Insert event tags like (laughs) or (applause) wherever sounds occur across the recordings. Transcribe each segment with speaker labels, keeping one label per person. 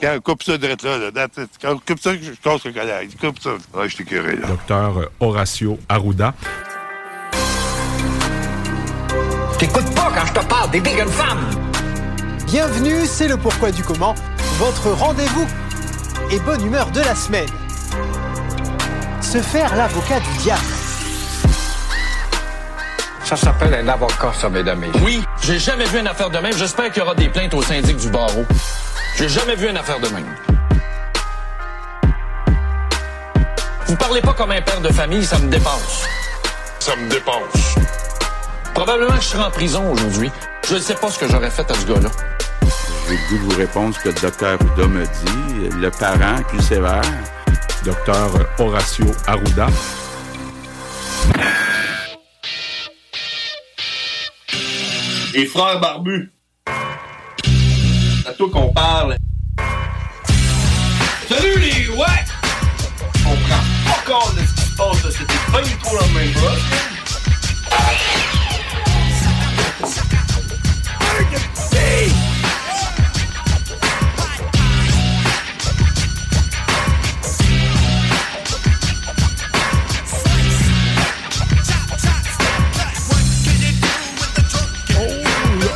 Speaker 1: Quand, coupe ça direct là, là. That's it. Coupe- Coupe ça, je casse le collègue. Coupe ça. Ouais, je t'ai curé, là.
Speaker 2: Docteur euh, Horacio Arruda.
Speaker 3: T'écoutes pas quand je te parle des big and femmes.
Speaker 4: Bienvenue, c'est le pourquoi du comment, votre rendez-vous et bonne humeur de la semaine. Se faire l'avocat du diable.
Speaker 3: Ça s'appelle un avocat, ça, mesdames et
Speaker 5: Oui, j'ai jamais vu une affaire de même. J'espère qu'il y aura des plaintes au syndic du barreau. J'ai jamais vu une affaire de même. Vous parlez pas comme un père de famille, ça me dépense. Ça me dépense. Probablement que je serai en prison aujourd'hui. Je ne sais pas ce que j'aurais fait à ce gars-là.
Speaker 6: J'ai le goût de vous répondre ce que le docteur Ouda me dit. Le parent plus sévère.
Speaker 2: Docteur euh, Horacio Arruda.
Speaker 7: Les frères barbus. C'est à toi qu'on parle. Salut les ouais! On prend pas compte de ce qui se passe là. C'était pas du tout dans le même bras.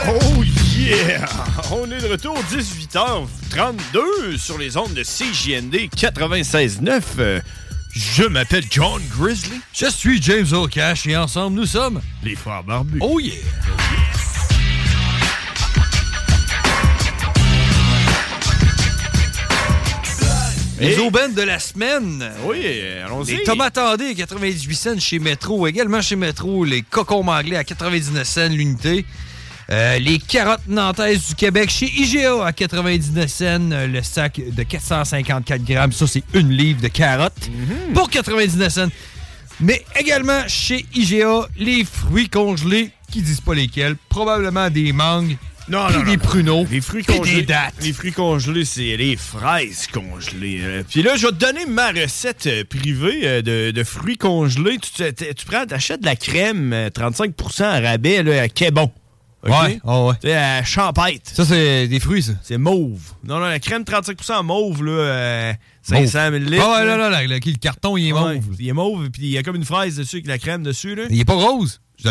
Speaker 8: Oh yeah! On est de retour 18h32 sur les ondes de CJND 96.9. Euh, Je m'appelle John Grizzly. Je suis James O'Cash et ensemble nous sommes les frères barbus. Oh yeah!
Speaker 9: Les aubaines de la semaine.
Speaker 8: Oui, allons-y.
Speaker 9: Les tomates tendées à 98 cents chez Metro. Également chez Metro, les cocons anglais à 99 cents l'unité. Euh, les carottes nantaises du Québec chez IGA à 99 cents. Euh, Le sac de 454 grammes, ça c'est une livre de carottes
Speaker 8: Mhm.
Speaker 9: pour 99 cents. Mais également chez IGA, les fruits congelés, qui disent pas lesquels, probablement des mangues,
Speaker 8: non,
Speaker 9: puis des pruneaux,
Speaker 8: Les fruits
Speaker 9: puis
Speaker 8: congelés.
Speaker 9: des dattes.
Speaker 8: Les fruits congelés, c'est les fraises congelées. euh. Puis là, je vais te donner ma recette euh, privée euh, de, de fruits congelés. Tu, te- te- tu prends, t'achètes de la crème euh, 35% à rabais là, à Québon.
Speaker 9: Ouais,
Speaker 8: ouais. Tu sais, à Champêtre.
Speaker 9: Ça, c'est des fruits, ça.
Speaker 8: C'est mauve. Non, non, la crème 35% mauve, là, euh, 500 ml.
Speaker 9: Ah ouais, là, là, là, là, qui- le carton, il est mauve.
Speaker 8: Il est mauve, puis il y a comme une fraise dessus avec la crème dessus, là.
Speaker 9: Il est pas rose, je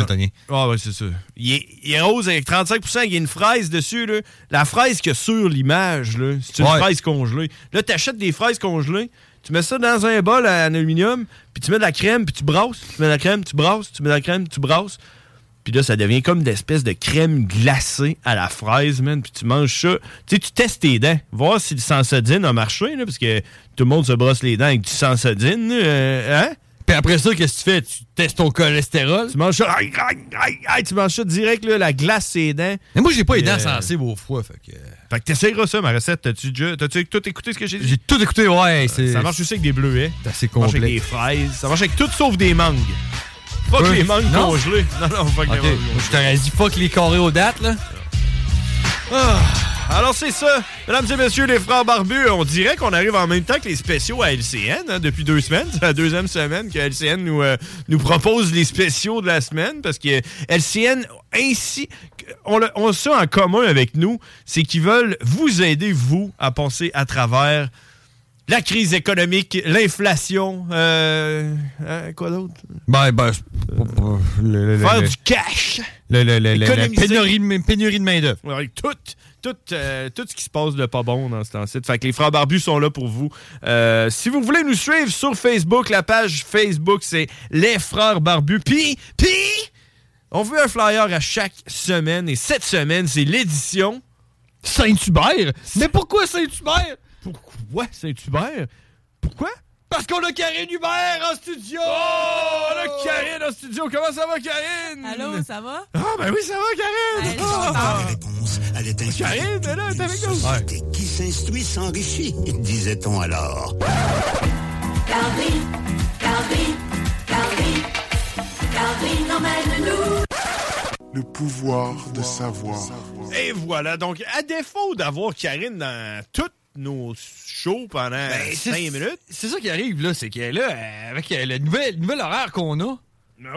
Speaker 8: Ah, ouais, c'est ça. Il est, il est rose avec 35 il y a une fraise dessus, là. La fraise qu'il y a sur l'image, là, c'est une
Speaker 9: Ouais.
Speaker 8: fraise congelée. Là, t'achètes des fraises congelées, tu mets ça dans un bol en aluminium, puis tu mets de la crème, puis tu brasses, tu mets de la crème, tu brasses, tu mets de la crème, tu brasses. Puis là, ça devient comme d'espèce de crème glacée à la fraise, man. Puis tu manges ça. Tu sais, tu testes tes dents. Voir si le sansodine a marché, là, parce que tout le monde se brosse les dents avec du sansodine. euh, hein? Puis après ça, qu'est-ce que tu fais? Tu testes ton cholestérol. Tu manges ça. Aïe, aïe, aïe, aïe, tu manges ça direct, là, la glace, ses dents.
Speaker 9: Mais moi, j'ai pas les
Speaker 8: Puis,
Speaker 9: dents
Speaker 8: euh,
Speaker 9: sensibles au froid, fait que...
Speaker 8: Fait que euh, t'essayeras ça, ma recette. T'as-tu déjà- t'as-tu tout écouté ce que j'ai dit? Euh,
Speaker 9: J'ai tout écouté, ouais, c'est...
Speaker 8: Ça marche aussi avec des bleuets.
Speaker 9: assez
Speaker 8: Ça marche avec
Speaker 9: complet.
Speaker 8: des fraises. Ça marche avec tout sauf des mangues. Fuck
Speaker 9: Euh,
Speaker 8: les mangues
Speaker 9: non?
Speaker 8: congelées. Non, non, fuck
Speaker 9: Ok,
Speaker 8: les mangues.
Speaker 9: moi, je t'aurais dit fuck les choréodates, là.
Speaker 8: Ah, alors c'est ça, mesdames et messieurs, les frères barbus, on dirait qu'on arrive en même temps que les spéciaux à LCN hein, depuis deux semaines. C'est la deuxième semaine que LCN nous, euh, nous propose les spéciaux de la semaine parce que LCN, ainsi, on, le- on ça en commun avec nous, c'est qu'ils veulent vous aider, vous, à penser à travers la crise économique, l'inflation, euh, hein, quoi d'autre?
Speaker 5: Ben, ben, c'est- le- le- le-
Speaker 8: Faire
Speaker 5: le-
Speaker 8: du cash!
Speaker 5: le- le- le- le-
Speaker 8: Économiser.
Speaker 5: pénurie de main- pénurie de main-d'œuvre.
Speaker 8: Ouais, tout, tout, euh, tout ce qui se passe de pas bon dans ce temps-ci. Fait que les frères barbus sont là pour vous. Euh, si vous voulez nous suivre sur Facebook, la page Facebook, c'est les frères barbus. Puis, puis, on veut un flyer à chaque semaine. Et cette semaine, c'est l'édition Saint-Hubert. Mais pourquoi Saint-Hubert? Pourquoi Saint-Hubert? Pourquoi?
Speaker 5: Parce qu'on a Karine Hubert en studio!
Speaker 8: Oh, on a Karine en studio! Comment ça va, Karine?
Speaker 10: Allô, ça va?
Speaker 8: Ah, ben oui, ça va, Karine! Ah! Karine, elle est là, t'es avec nous!
Speaker 1: Qui s'instruit s'enrichit, disait-on alors.
Speaker 11: Calvin, Calvin, Calvin, Calvin emmène-nous.
Speaker 12: Le pouvoir de savoir.
Speaker 8: Et voilà, donc à défaut d'avoir Karine dans toutes nos shows pendant
Speaker 5: Ben, c'est-
Speaker 8: 5 minutes.
Speaker 5: C'est ça qui arrive, là, c'est que là, avec euh, le nouvel, nouvel horaire qu'on a.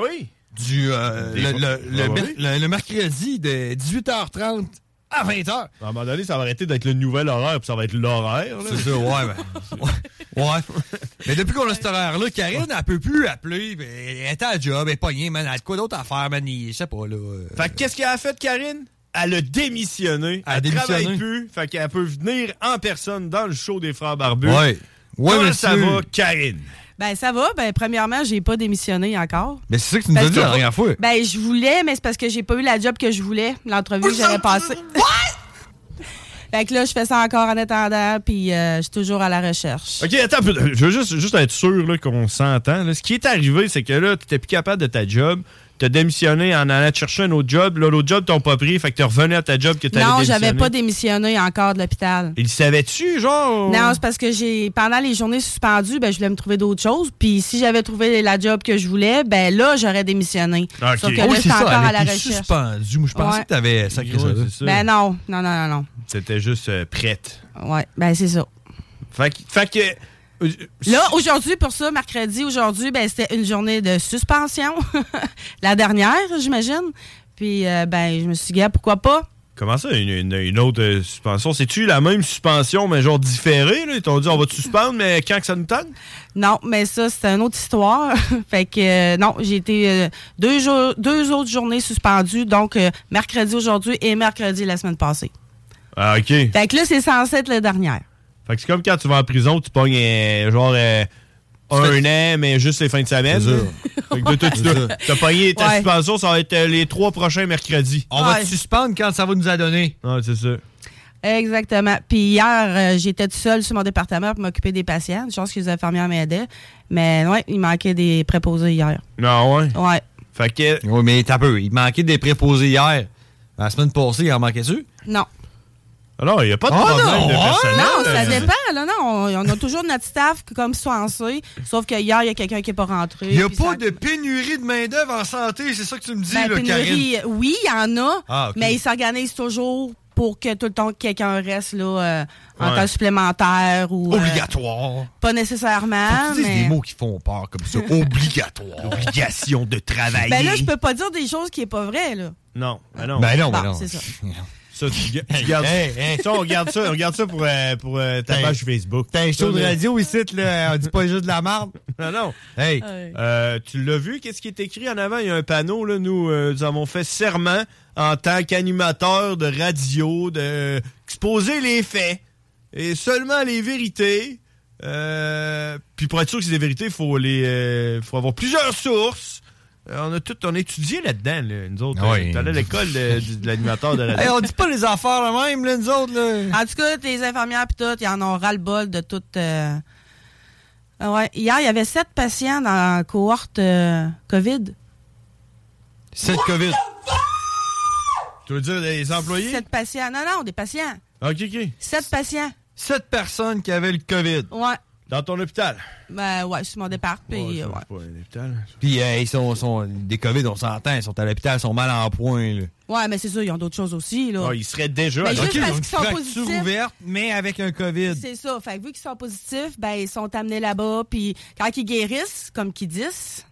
Speaker 8: oui.
Speaker 5: Du, euh,
Speaker 8: Des
Speaker 5: le, le-
Speaker 8: fois.
Speaker 5: le
Speaker 8: Ah,
Speaker 5: mer-
Speaker 8: oui.
Speaker 5: le- le mercredi de 18h30 à 20h.
Speaker 8: À un moment donné, ça va arrêter d'être le nouvel horaire, puis ça va être l'horaire. là.
Speaker 5: C'est ça, ouais, ben, ouais. ouais. Mais depuis qu'on a cet horaire-là, Karine, elle peut plus appeler. ben, Elle était à la job, elle est pognée, man. Elle a de quoi d'autre à faire, man? il- Je sais pas, là. euh.
Speaker 8: Fait que qu'est-ce qu'elle a fait, Karine? Elle a démissionné. Elle,
Speaker 5: a démissionné.
Speaker 8: travaille plus. Fait qu'elle peut venir en personne dans le show des Frères Barbus.
Speaker 5: Ouais. Ouais,
Speaker 8: Comment ça
Speaker 5: monsieur.
Speaker 8: va, Karine?
Speaker 10: Ben, ça va. Ben, premièrement, j'ai pas démissionné encore.
Speaker 5: Mais c'est ça que tu nous
Speaker 10: Parce
Speaker 5: as dit la
Speaker 10: que-
Speaker 5: dernière fois.
Speaker 10: Ben, je voulais, mais c'est parce que j'ai pas eu la job que je voulais, l'entrevue que j'avais passée. Fait que là, je fais ça encore en attendant, puis euh, je suis toujours à la recherche.
Speaker 8: OK, attends, un peu. je veux juste, juste être sûr là, qu'on s'entend. là. Ce qui est arrivé, c'est que là, tu n'étais plus capable de ta job. Tu as démissionné en allant te chercher un autre job. Là, l'autre job, t'ont pas pris. Fait que tu revenu à ta job que tu
Speaker 10: Non, j'avais pas démissionné encore de l'hôpital.
Speaker 8: Il savait-tu, genre?
Speaker 10: Non, c'est parce que j'ai pendant les journées suspendues, ben, je voulais me trouver d'autres choses. Puis si j'avais trouvé la job que je voulais, ben là, j'aurais démissionné.
Speaker 8: Ah,
Speaker 5: Ok.
Speaker 10: Sauf que
Speaker 5: Oh,
Speaker 10: là,
Speaker 5: c'est
Speaker 10: j'étais
Speaker 5: ça,
Speaker 10: encore
Speaker 5: elle
Speaker 10: à la
Speaker 5: était
Speaker 10: recherche.
Speaker 5: suspendue. Moi, je pensais
Speaker 10: Ouais.
Speaker 5: que t'avais sacré ça. là.
Speaker 10: Ben non, non, non, non, non.
Speaker 8: C'était juste euh, prête.
Speaker 10: Ouais, ben c'est ça.
Speaker 8: Fait que. Fait que euh,
Speaker 10: Là, aujourd'hui, pour ça, mercredi, aujourd'hui, ben, c'était une journée de suspension. (laughs) la dernière, j'imagine. Puis, euh, ben, je me suis dit, gars, pourquoi pas?
Speaker 8: Comment ça, une, une- une autre euh, suspension? C'est-tu la même suspension, mais genre différée? Là? Ils t'ont dit on va te suspendre, mais quand que ça nous tente?
Speaker 10: Non, mais ça, c'est une autre histoire. (laughs) fait que, euh, non, j'ai été euh, deux, jours, deux autres journées suspendues. Donc, euh, mercredi aujourd'hui et mercredi la semaine passée.
Speaker 8: Ah, OK. Fait
Speaker 10: Fait que là, c'est censé être la dernière.
Speaker 8: que c'est comme quand tu vas en prison, tu pognes euh, genre euh, un an, mais juste les fins de semaine. (laughs) Fait que de toi, tu dois- t'as pogné ta
Speaker 10: Ouais.
Speaker 8: suspension, ça va être euh, les trois prochains mercredis.
Speaker 10: On va te Ouais.
Speaker 8: suspendre quand ça va nous a donné. Ah, c'est ça.
Speaker 10: Exactement. Puis hier, euh, j'étais toute seule sur mon département pour m'occuper des patients. Je pense que les infirmières m'aidaient. Mais ouais, il manquait des préposés hier.
Speaker 8: Non, ouais.
Speaker 10: Ouais.
Speaker 8: Fait que. euh,
Speaker 5: Oui, mais t'as peu. Il manquait des préposés hier. La semaine passée, il en manquait-tu?
Speaker 10: Non.
Speaker 8: Alors, il n'y a pas de
Speaker 5: Ah
Speaker 8: problème
Speaker 5: non,
Speaker 8: de
Speaker 5: ouais.
Speaker 8: personnel.
Speaker 10: Non, ça
Speaker 8: Euh,
Speaker 10: dépend. Là, non, on, on a toujours notre staff comme censé. Sauf que hier, il y a quelqu'un qui n'est pas rentré.
Speaker 5: Il n'y a
Speaker 10: puis
Speaker 5: pas
Speaker 10: ça-
Speaker 5: de pénurie de main-d'œuvre en santé, c'est ça que tu me dis,
Speaker 10: Ben,
Speaker 5: là,
Speaker 10: pénurie,
Speaker 5: Karine.
Speaker 10: oui, il y en a,
Speaker 5: Ah, ok.
Speaker 10: mais ils s'organisent toujours pour que tout le temps quelqu'un reste là, euh, en
Speaker 5: Ouais.
Speaker 10: temps supplémentaire ou euh,
Speaker 5: Obligatoire.
Speaker 10: pas nécessairement.
Speaker 5: Tu dis
Speaker 10: Ah, mais...
Speaker 5: des mots qui font peur
Speaker 10: (laughs)
Speaker 5: comme ça. Obligatoire. Obligation de travailler.
Speaker 10: Ben là, je peux pas dire des choses qui est pas vraies, là.
Speaker 8: Non, ben non.
Speaker 5: Ben non, ben
Speaker 10: Bon,
Speaker 5: non.
Speaker 10: Bah, c'est ça.
Speaker 8: (laughs) Ça, tu, ga- tu gardes
Speaker 5: Hey, hey.
Speaker 8: ça, on regarde ça, on regarde ça pour, euh, pour euh, ta page Facebook. T'as un
Speaker 5: show de radio ici, là. On dit pas juste de la marde.
Speaker 8: (laughs) Non, non.
Speaker 5: Hey.
Speaker 10: Ah
Speaker 8: Euh, tu l'as vu, qu'est-ce qui est écrit en avant? Il y a un panneau, là. Nous, euh, nous avons fait serment en tant qu'animateur de radio de euh, exposer les faits et seulement les vérités. Euh, puis pour être sûr que c'est des vérités, il faut, les, euh, faut avoir plusieurs sources. Euh, on a tout, on a étudié là-dedans, là, nous autres.
Speaker 5: Ouais.
Speaker 8: Euh, T'allais à l'école de, de- de l'animateur de radio.
Speaker 5: Hey, on dit pas les affaires là même, là, nous autres, là.
Speaker 10: En tout cas, les infirmières pis tout, ils en ont ras-le-bol de tout. euh, ah ouais. Hier, il y avait sept patients dans la cohorte euh, COVID.
Speaker 5: Cette COVID.
Speaker 8: Tu veux dire des employés?
Speaker 10: Sept patients. Non, non, des patients.
Speaker 8: OK, OK.
Speaker 10: Sept patients.
Speaker 5: Sept personnes qui avaient le COVID.
Speaker 10: Ouais.
Speaker 8: Dans ton hôpital.
Speaker 10: Ben ouais, sur mon départ. Puis, euh, ouais.
Speaker 5: Puis, hey, ils sont, sont- des COVID, on s'entend. Ils sont à l'hôpital, ils sont mal en point, là.
Speaker 10: Ouais, mais c'est ça, ils ont d'autres choses aussi. Là.
Speaker 8: Ah, ils seraient déjà
Speaker 10: Mais
Speaker 8: à
Speaker 10: juste
Speaker 8: l'hôpital.
Speaker 10: parce qu'ils sont
Speaker 8: Ok, ils ont une
Speaker 10: positifs.
Speaker 5: ouverte, mais avec un COVID.
Speaker 10: C'est ça. Fait que vu qu'ils sont positifs, ben ils sont amenés là-bas. Puis quand ils guérissent, comme qu'ils disent,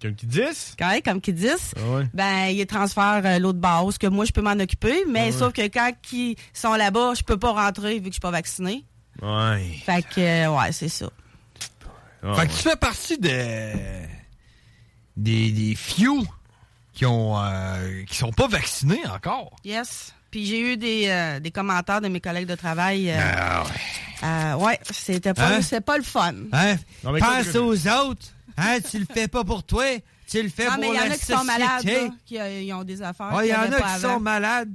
Speaker 8: Comme qu'ils disent.
Speaker 10: quand comme qu'ils disent,
Speaker 8: Ah ouais.
Speaker 10: ben ils transfèrent euh, l'autre base que moi je peux m'en occuper. Mais
Speaker 8: Ah ouais.
Speaker 10: sauf que quand ils sont là-bas, je peux pas rentrer vu que je suis pas vaccinée.
Speaker 8: Ouais. Ah
Speaker 10: Fait que, euh, ouais, c'est ça.
Speaker 13: fait que tu fais partie de, des, des few qui ont euh, qui sont pas vaccinés encore.
Speaker 10: Yes. Puis j'ai eu des, euh, des commentaires de mes collègues de travail. euh,
Speaker 13: Ah ouais.
Speaker 10: euh, ouais, c'était pas,
Speaker 13: Hein?
Speaker 10: c'était pas le fun.
Speaker 13: Hein?
Speaker 10: Non, mais
Speaker 13: Pense
Speaker 10: quand-
Speaker 13: aux autres. Hein? tu le fais pas pour toi, tu le fais
Speaker 10: Non, mais
Speaker 13: pour
Speaker 10: il y
Speaker 13: la
Speaker 10: en a qui
Speaker 13: société.
Speaker 10: sont malades, là, qui euh, ils ont des affaires.
Speaker 13: Ah, il
Speaker 10: qu'ils
Speaker 13: y en
Speaker 10: avaient
Speaker 13: a
Speaker 10: pas
Speaker 13: qui
Speaker 10: avant.
Speaker 13: sont malades.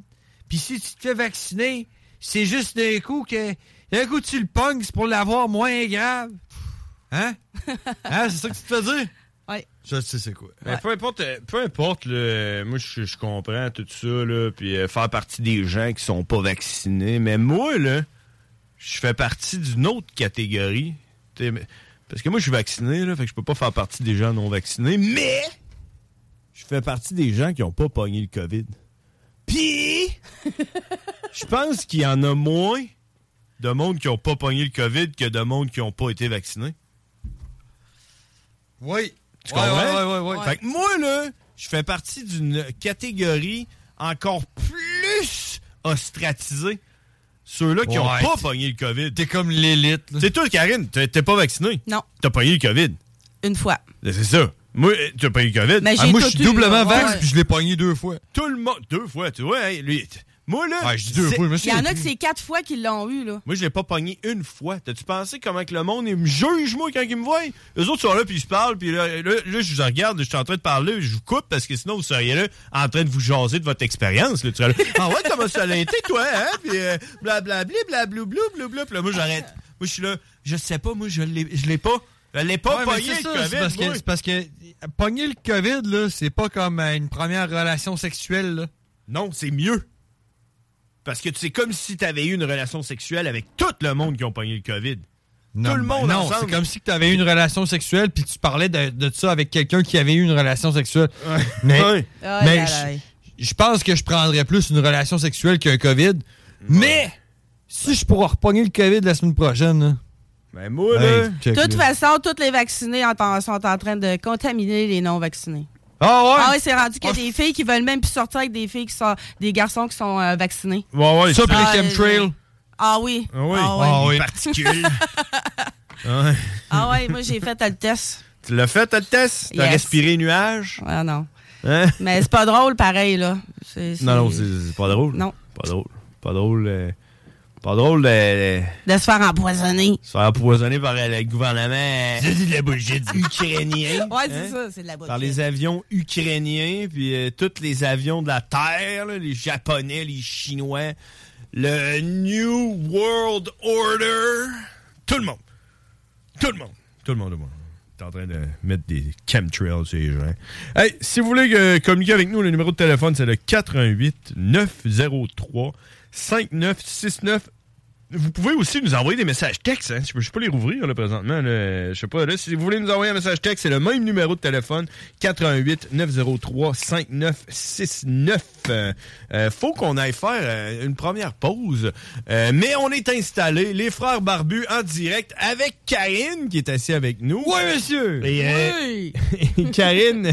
Speaker 13: Puis si tu te fais vacciner, c'est juste d'un coup que d'un coup tu le pognes, c'est pour l'avoir moins grave.
Speaker 10: (laughs)
Speaker 13: Hein? hein? C'est ça que tu te fais dire?
Speaker 10: Ouais.
Speaker 13: Je sais c'est quoi.
Speaker 8: Mais peu importe, euh, peu importe le, moi je, je comprends tout ça là, puis euh, faire partie des gens qui sont pas vaccinés, mais moi là, je fais partie d'une autre catégorie. T'sais, mais- parce que moi je suis vacciné là, fait que je peux pas faire partie des gens non vaccinés, mais je fais partie des gens qui ont pas pogné le Covid. Puis je pense qu'il y en a moins de monde qui ont pas pogné le Covid que de monde qui ont pas été vaccinés.
Speaker 13: Oui.
Speaker 8: Tu
Speaker 13: Ouais,
Speaker 8: comprends?
Speaker 13: ouais, ouais, ouais, ouais.
Speaker 8: Fait que moi, là, je fais partie d'une catégorie encore plus ostratisée. Ceux-là qui ont
Speaker 13: Ouais.
Speaker 8: pas pogné le COVID. T'es
Speaker 13: comme l'élite.
Speaker 8: C'est toi, Karine. T'es t'es pas vacciné.
Speaker 10: Non.
Speaker 8: T'as pogné le COVID.
Speaker 10: Une fois.
Speaker 8: C'est ça. Moi, euh, t'as pogné le COVID.
Speaker 10: Mais j'ai
Speaker 8: moi,
Speaker 10: tout
Speaker 8: je suis
Speaker 10: eu,
Speaker 8: doublement
Speaker 10: ouais.
Speaker 8: vax, puis
Speaker 13: je l'ai pogné deux fois.
Speaker 8: Tout le monde. Deux fois, tu vois. hein, lui, t- moi, là. je dis deux
Speaker 10: C'est- Il y en a que c'est quatre fois qu'ils l'ont eu, là.
Speaker 8: moi, je l'ai pas pogné une fois. T'as-tu pensé comment que le monde, il me juge, moi, quand ils me voient? Eux autres sont là, puis ils se parlent, puis là, là, là, je vous en regarde, je suis en train de parler, je vous coupe, parce que sinon, vous seriez là, en train de vous jaser de votre expérience. là.
Speaker 13: (laughs)
Speaker 8: Tu serais là, ah ouais, comment ça l'a été, toi, hein? Puis euh, blablabli, blablou, blou, blou, blou. Puis là, moi, j'arrête. Moi, je suis là, je sais pas, moi, je l'ai je l'ai pas. Je l'ai
Speaker 13: Ouais,
Speaker 8: pas
Speaker 13: mais
Speaker 8: pogné,
Speaker 13: c'est ça,
Speaker 8: le
Speaker 13: c'est parce,
Speaker 8: COVID,
Speaker 13: que,
Speaker 8: moi.
Speaker 13: c'est parce que euh, pogner le COVID, là, c'est pas comme euh, une première relation sexuelle. Là.
Speaker 8: Non, c'est mieux. Parce que c'est comme si t'avais eu une relation sexuelle avec tout le monde qui ont pogné le COVID.
Speaker 13: Non, ben
Speaker 8: tout le monde
Speaker 13: non,
Speaker 8: ensemble.
Speaker 13: c'est comme si tu avais eu une relation sexuelle puis tu parlais de, de ça avec quelqu'un qui avait eu une relation sexuelle. Mais,
Speaker 8: Ouais.
Speaker 10: Oh
Speaker 13: mais
Speaker 8: Aïe,
Speaker 13: je-
Speaker 8: aïe,
Speaker 13: je pense que je prendrais plus une relation sexuelle qu'un COVID. Mais si je pourrais repogner le COVID la semaine prochaine, là,
Speaker 8: Ben, moi,
Speaker 13: là-
Speaker 10: De
Speaker 13: check,
Speaker 10: toute
Speaker 13: là.
Speaker 10: façon, tous les vaccinés en temps- sont en train de contaminer les non-vaccinés.
Speaker 8: Ah ouais?
Speaker 10: Ah ouais, c'est rendu qu'il y a des filles qui veulent même plus sortir avec des filles qui sont des garçons qui sont euh, vaccinés.
Speaker 8: Ouais, ouais,
Speaker 13: ça,
Speaker 8: c'est-
Speaker 13: puis
Speaker 10: Ah,
Speaker 13: les chemtrails.
Speaker 10: Ah oui.
Speaker 8: Ah oui.
Speaker 10: Ah ouais.
Speaker 8: Ah oui.
Speaker 10: Les (laughs)
Speaker 8: particules. Ouais.
Speaker 10: Ah ouais, moi j'ai fait le test.
Speaker 8: Tu l'as fait, t'as le test? T'as
Speaker 10: Yes.
Speaker 8: respiré nuage?
Speaker 10: Ouais, non.
Speaker 8: Hein?
Speaker 10: Mais c'est pas drôle pareil là. C'est- c'est-
Speaker 8: Non, non, c'est c'est pas drôle.
Speaker 10: Non.
Speaker 8: Pas drôle. Pas drôle. euh, pas drôle euh,
Speaker 10: de se faire empoisonner.
Speaker 8: se faire empoisonner par euh, le gouvernement. C'est de la bullshit ukrainien.
Speaker 10: (laughs) Ouais,
Speaker 8: hein?
Speaker 10: c'est ça, c'est de la bonne.
Speaker 8: Par les avions ukrainiens, puis euh, tous les avions de la Terre, là, les Japonais, les Chinois, le New World Order, tout le monde. Tout le monde. Tout le monde, tout le monde. T'es en train de mettre des chemtrails sur les gens. Hey, si vous voulez euh, communiquer avec nous, le numéro de téléphone, c'est le 88 903 5969. Vous pouvez aussi nous envoyer des messages textes. Hein? Je peux je peux pas les rouvrir là, présentement. là. Je sais pas. Là, si vous voulez nous envoyer un message texte, c'est le même numéro de téléphone 88 903 5969. Euh, euh, faut qu'on aille faire euh, une première pause. Euh, mais on est installé, les frères barbus en direct avec Karine qui est assise avec nous.
Speaker 13: Oui, monsieur.
Speaker 8: Et, euh, (laughs) Karine,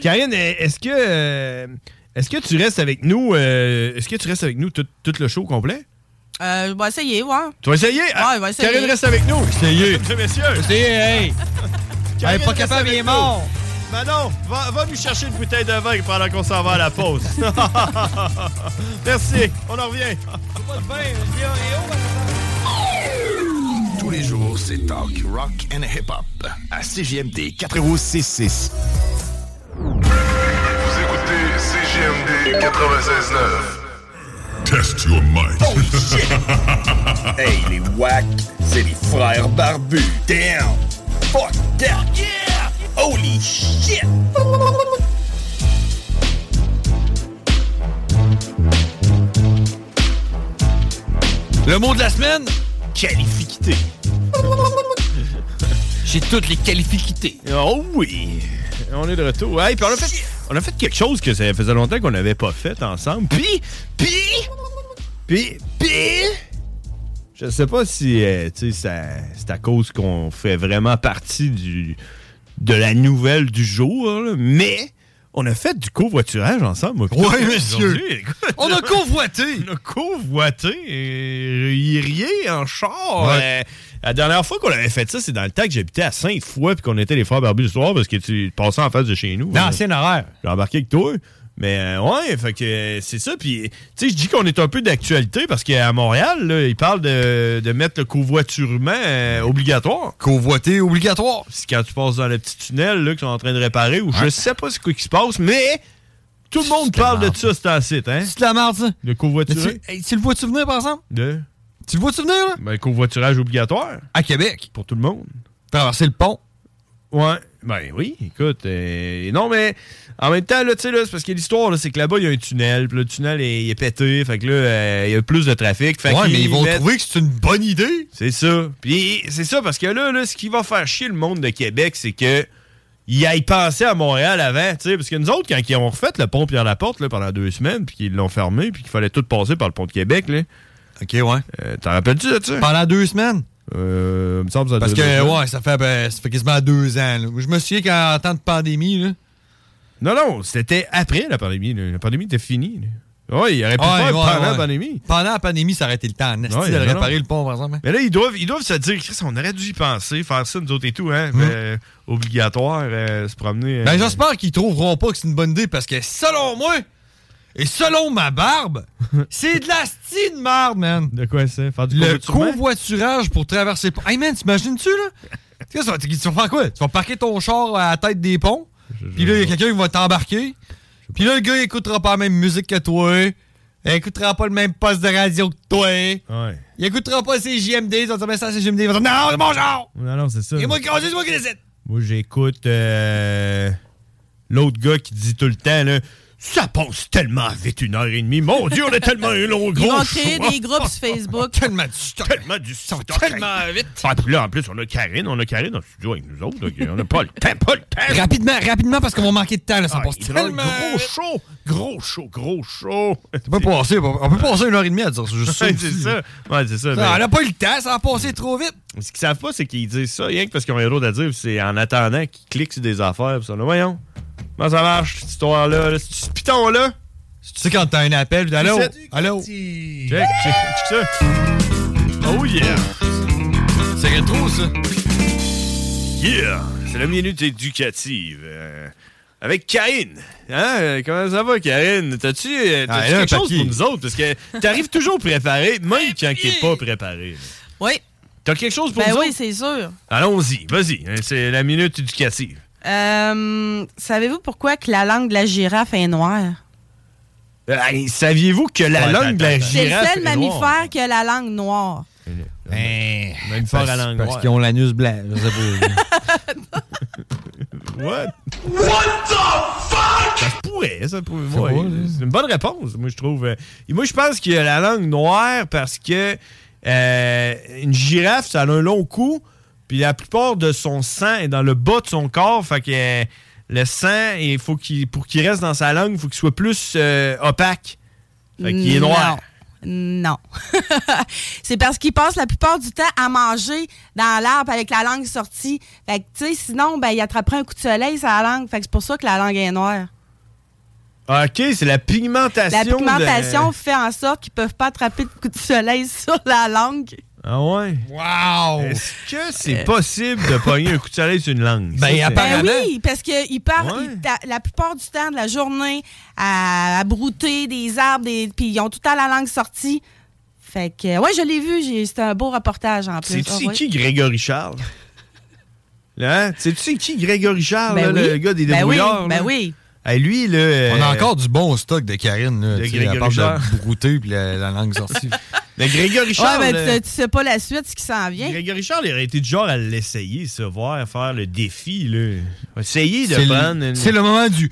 Speaker 8: Karine, euh, est-ce que euh, est-ce que tu restes avec nous euh, Est-ce que tu restes avec nous tout, tout le show complet
Speaker 10: Euh, je vais essayer, ouais.
Speaker 8: Tu vas essayer Ah,
Speaker 10: Ouais, va essayer.
Speaker 8: Karine reste avec nous.
Speaker 13: Essayez.
Speaker 8: Mesdames et messieurs.
Speaker 13: Essayez, hey.
Speaker 8: Karine
Speaker 13: Hey, pas
Speaker 8: reste
Speaker 13: capable,
Speaker 8: avec
Speaker 13: il est
Speaker 8: nous.
Speaker 13: mort.
Speaker 8: Manon, va, va nous chercher une bouteille de vin pendant qu'on s'en va à la pause. Merci, on en revient.
Speaker 14: Tous les jours, c'est talk rock and hip hop à CGMD 96.6.
Speaker 2: CGMD 96.9. Test your mic.
Speaker 14: hey, les wack, c'est les frères barbus. Damn! Fuck that! Yeah! Holy shit!
Speaker 13: Le mot de la semaine?
Speaker 14: Qualifiquité.
Speaker 13: (laughs) J'ai toutes les qualifiquités.
Speaker 8: Oh oui! On est de retour. Hey, puis on, a fait, on a fait quelque chose que ça faisait longtemps qu'on n'avait pas fait ensemble. Puis, puis, puis, puis... Je sais pas si euh, tu sais, ça- c'est à cause qu'on fait vraiment partie du, de la nouvelle du jour, là, mais
Speaker 14: On a fait du covoiturage ensemble, moi.
Speaker 5: Oui,
Speaker 14: Aujourd'hui, (laughs)
Speaker 5: monsieur.
Speaker 14: écoute,
Speaker 5: On a convoité.
Speaker 14: On a convoité et riait en char. Euh, la dernière fois qu'on avait fait ça, c'est dans le temps que j'habitais à Sainte-Foy puis qu'on était les frères barbus le soir parce que tu passais en face de chez nous.
Speaker 5: Dans l'ancien
Speaker 14: horaire. J'ai embarqué avec toi. Mais euh, ouais, fait que euh, c'est ça. Puis, tu sais, je dis qu'on est un peu d'actualité parce qu'à Montréal, là, ils parlent de, de mettre le covoiturement euh, obligatoire. Covoité obligatoire. C'est quand tu passes dans le petit tunnel là, qu'ils sont en train de réparer ou je sais pas ce qui se passe, mais tout le monde parle de ça, c'est assez, hein?
Speaker 5: C'est de la merde, ça.
Speaker 14: Le covoiturage.
Speaker 5: Mais tu, hey, tu le vois-tu venir, par exemple?
Speaker 14: De?
Speaker 5: Tu le vois-tu venir, là?
Speaker 14: Ben, covoiturage obligatoire.
Speaker 5: À Québec.
Speaker 14: Pour tout le monde.
Speaker 5: Traverser le pont.
Speaker 14: Ouais. Ben oui, écoute. euh, non, mais en même temps, là, tu sais, là, c'est parce que l'histoire, là, c'est que là-bas, il y a un tunnel. Puis le tunnel, est- il est pété. Fait que là, euh, il y a plus de trafic. Fait
Speaker 5: ouais,
Speaker 14: qu'ils
Speaker 5: mais ils vont
Speaker 14: mettent-
Speaker 5: trouver que c'est une bonne idée.
Speaker 14: C'est ça. Puis c'est ça, parce que là, là, ce qui va faire chier le monde de Québec, c'est que y aille penser à Montréal avant, tu sais, parce que nous autres, quand ils ont refait le pont Pierre-Laporte là, pendant deux semaines, puis qu'ils l'ont fermé, puis qu'il fallait tout passer par le pont de Québec, là. Euh,
Speaker 5: OK, ouais.
Speaker 14: T'en rappelles-tu de ça?
Speaker 5: Pendant deux semaines?
Speaker 14: Euh, me semble ça
Speaker 5: Parce
Speaker 14: doit
Speaker 5: que,
Speaker 14: être ça.
Speaker 5: ouais, ça fait, ben, ça fait quasiment deux ans. là. Je me souviens qu'en temps de pandémie, là.
Speaker 14: (laughs) Non, non, c'était après la pandémie. là. La pandémie était finie. là. Ouais, il aurait pu
Speaker 5: Ouais,
Speaker 14: faire
Speaker 5: ouais,
Speaker 14: pendant la
Speaker 5: ouais.
Speaker 14: pandémie.
Speaker 5: Pendant la pandémie, ça aurait été le temps. en esti
Speaker 14: Ouais,
Speaker 5: de
Speaker 14: non,
Speaker 5: réparer
Speaker 14: non.
Speaker 5: le pont, par exemple. hein.
Speaker 14: Mais là, ils doivent, ils doivent se dire, Chris, on aurait dû y penser, faire ça, nous autres et tout, hein. mais, euh, obligatoire, euh, se promener. euh,
Speaker 5: Hmm. Ben, j'espère qu'ils trouveront pas que c'est une bonne idée parce que selon moi et selon ma barbe, c'est de la style de marde, man.
Speaker 14: De quoi ça? Faire du
Speaker 5: Le
Speaker 14: covoiturement?
Speaker 5: covoiturage pour traverser le pont. Hey, man, t'imagines-tu, là? Tu sais, ça va- tu vas faire quoi? Tu vas parquer ton char à la tête des ponts, puis là, il y a quelqu'un qui va t'embarquer, puis là, le gars, il écoutera pas la même musique que toi, il écoutera pas le même poste de radio que toi,
Speaker 14: Ouais.
Speaker 5: il écoutera pas ses JMD, ils vont dire, mais ça, c'est JMD, ils vont dire, non, c'est mon genre!
Speaker 14: Non, non, c'est ça.
Speaker 5: Et moi, qui- c'est moi qui décide!
Speaker 14: Moi, j'écoute euh, l'autre gars qui dit tout le temps, là, ça passe tellement vite, une heure et demie. Mon Dieu, on est tellement un long
Speaker 8: Ils
Speaker 14: gros
Speaker 8: vont créer
Speaker 14: choix.
Speaker 8: des groupes sur Facebook.
Speaker 5: (laughs) Tellement du stock.
Speaker 14: Tellement du stock.
Speaker 5: Tellement vite.
Speaker 14: Ah, puis là, en plus, on a Karine. On a Karine dans le studio avec nous autres. là, On n'a pas le temps, pas le temps.
Speaker 5: Rapidement, rapidement, parce qu'on va manquer de temps, là, ça passe
Speaker 14: Ah, il drôle,
Speaker 5: tellement...
Speaker 14: gros show, gros show, gros
Speaker 5: (laughs)
Speaker 14: show.
Speaker 5: On peut passer, on peut passer une heure et demie à dire ça, juste ça. Ah,
Speaker 14: Ouais,
Speaker 5: aussi,
Speaker 14: (laughs) c'est
Speaker 5: là.
Speaker 14: ça. Ouais, c'est ça.
Speaker 5: Ça,
Speaker 14: ben-
Speaker 5: on a pas eu le temps, ça a passé trop vite.
Speaker 14: Ce qu'ils savent pas, c'est qu'ils disent ça, rien que parce qu'ils ont rien d'autre à dire, puis c'est en attendant qu'ils cliquent sur des affaires, pis ça, là, voyons. Comment ça marche, cette histoire-là, là, ce petit piton-là?
Speaker 5: Tu sais, quand t'as un appel, puis allô,
Speaker 14: Salut,
Speaker 5: allô.
Speaker 14: Check, check, check ça. Oh yeah!
Speaker 5: C'est rétro, ça.
Speaker 14: Yeah! C'est la minute éducative. euh, avec Karine. Hein? euh, Comment ça va, Karine? T'as-tu euh, t'as-tu
Speaker 5: Ah, elle a un
Speaker 14: quelque chose
Speaker 5: papier.
Speaker 14: pour nous autres? Parce que t'arrives toujours préparé, même quand t'es pas préparé.
Speaker 8: Oui.
Speaker 14: T'as quelque chose pour
Speaker 8: Ben
Speaker 14: nous
Speaker 8: oui,
Speaker 14: autres?
Speaker 8: c'est sûr.
Speaker 14: Allons-y, vas-y. hein, C'est la minute éducative.
Speaker 8: Euh, Savez-vous pourquoi que la langue de la girafe est noire?
Speaker 14: Euh, hey, Saviez-vous que la
Speaker 5: Ouais,
Speaker 14: langue de
Speaker 5: attends,
Speaker 14: la
Speaker 5: attends.
Speaker 8: C'est le
Speaker 14: girafe
Speaker 8: seul
Speaker 14: est noire?
Speaker 8: mammifère qui a la langue noire.
Speaker 5: Ben,
Speaker 14: Même fort à langue
Speaker 5: Parce
Speaker 14: noire.
Speaker 5: qu'ils ont l'anus blanc, je sais pas.
Speaker 14: What?
Speaker 15: What the fuck?
Speaker 14: Ça se pourrait, ça pourrait.
Speaker 5: Ça
Speaker 14: ouais,
Speaker 5: va, là.
Speaker 14: c'est une bonne réponse, moi, je trouve. Euh, Et moi, je pense qu'il y a la langue noire parce que euh, une girafe, ça a un long cou, puis la plupart de son sang est dans le bas de son corps, fait que euh, le sang, il faut qu'il, pour qu'il reste dans sa langue, il faut qu'il soit plus euh, opaque. Fait qu'il est noir.
Speaker 8: Non. (laughs) Non. c'est parce qu'ils passent la plupart du temps à manger dans l'arbre avec la langue sortie. Fait que, tu sais, sinon, ben, ils attraperaient un coup de soleil sur la langue. Fait que c'est pour ça que la langue est noire.
Speaker 14: OK, c'est la pigmentation.
Speaker 8: La
Speaker 14: de-
Speaker 8: pigmentation fait en sorte qu'ils peuvent pas attraper de coup de soleil (laughs) sur la langue. Euh.
Speaker 14: Ah ouais?
Speaker 5: Wow!
Speaker 14: Est-ce que Euh, c'est possible de pogner un coup de soleil sur une langue?
Speaker 5: Ben,
Speaker 14: c'est-
Speaker 5: apparemment-
Speaker 8: Ben oui, parce qu'ils partent
Speaker 14: Ouais.
Speaker 8: ils ta- la plupart du temps de la journée à, à brouter des arbres, des- puis ils ont tout à la langue sortie. Fait que, ouais, je l'ai vu, j'ai- c'était un beau reportage en plus.
Speaker 14: C'est
Speaker 8: Ah
Speaker 14: tu
Speaker 8: oui.
Speaker 14: qui Grégory Charles? Hein? C'est tu qui Grégory Charles,
Speaker 8: Ben
Speaker 14: là,
Speaker 8: oui.
Speaker 14: le gars des
Speaker 8: Ben
Speaker 14: débrouillards?
Speaker 8: oui, ben
Speaker 14: là?
Speaker 8: oui.
Speaker 14: Hey, lui, là,
Speaker 5: On
Speaker 14: euh,
Speaker 5: a encore du bon stock de Karine, là.
Speaker 14: de
Speaker 5: tu sais, à
Speaker 14: Grégory
Speaker 5: part de
Speaker 14: Charles.
Speaker 5: brouter, puis la, la langue sortie.
Speaker 14: Mais Grégory
Speaker 8: Ouais,
Speaker 14: Charles.
Speaker 8: ben,
Speaker 14: là,
Speaker 8: tu, tu sais pas la suite, ce
Speaker 5: (laughs)
Speaker 8: qui s'en vient.
Speaker 14: Grégory Charles, il aurait été du genre à l'essayer, se voir, faire le défi, là. Essayer de
Speaker 5: C'est
Speaker 14: prendre
Speaker 5: le,
Speaker 14: une-
Speaker 5: c'est le moment du...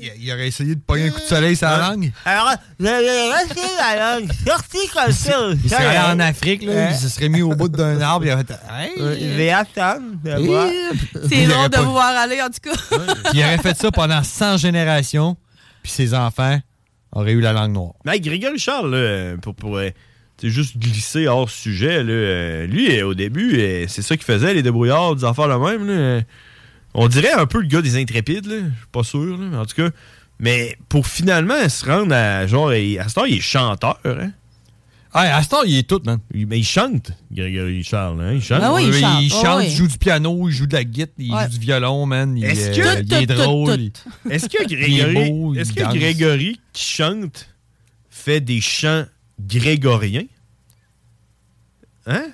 Speaker 5: Il, il aurait essayé de pogner un coup de soleil sur la langue.
Speaker 14: Alors, je vais rester la langue sortie comme ça.
Speaker 5: Il serait allé en Afrique, là,
Speaker 14: Hein?
Speaker 5: il se serait mis au bout d'un arbre, il aurait fait... Hey!
Speaker 14: Je vais attendre de voir.
Speaker 8: C'est
Speaker 5: Il
Speaker 8: long
Speaker 5: aurait
Speaker 8: de
Speaker 5: pas-
Speaker 8: vous voir aller, en tout cas.
Speaker 5: Puis il aurait fait ça pendant 100 générations, puis ses enfants auraient eu la langue noire.
Speaker 14: Mais Grégory Charles, là, pour, pour euh, tu sais, juste glisser hors Ben, sujet, là, euh, lui, euh, au début, euh, c'est ça qu'il faisait, les débrouillards, des affaires de même. là. On dirait un peu le gars des intrépides, là. Je suis pas sûr, là, mais en tout cas. Mais pour finalement se rendre à genre. il- À ce temps, il est chanteur, hein?
Speaker 5: Ah, à ce temps, il est tout, man.
Speaker 14: mais il chante, Grégory Charles, hein? Il chante.
Speaker 5: Ah oui, il chante. Il chante, il joue
Speaker 14: du piano, il joue de la guitare,
Speaker 5: Il joue du violon, man. Il,
Speaker 14: Est-ce
Speaker 5: euh,
Speaker 14: que-
Speaker 5: il est
Speaker 14: Tout, tout,
Speaker 5: drôle.
Speaker 14: tout, tout. Est-ce que
Speaker 5: Il est beau,
Speaker 14: Grégory,
Speaker 5: il
Speaker 14: est-ce que
Speaker 5: danse.
Speaker 14: Grégory qui chante fait des chants grégoriens? Hein?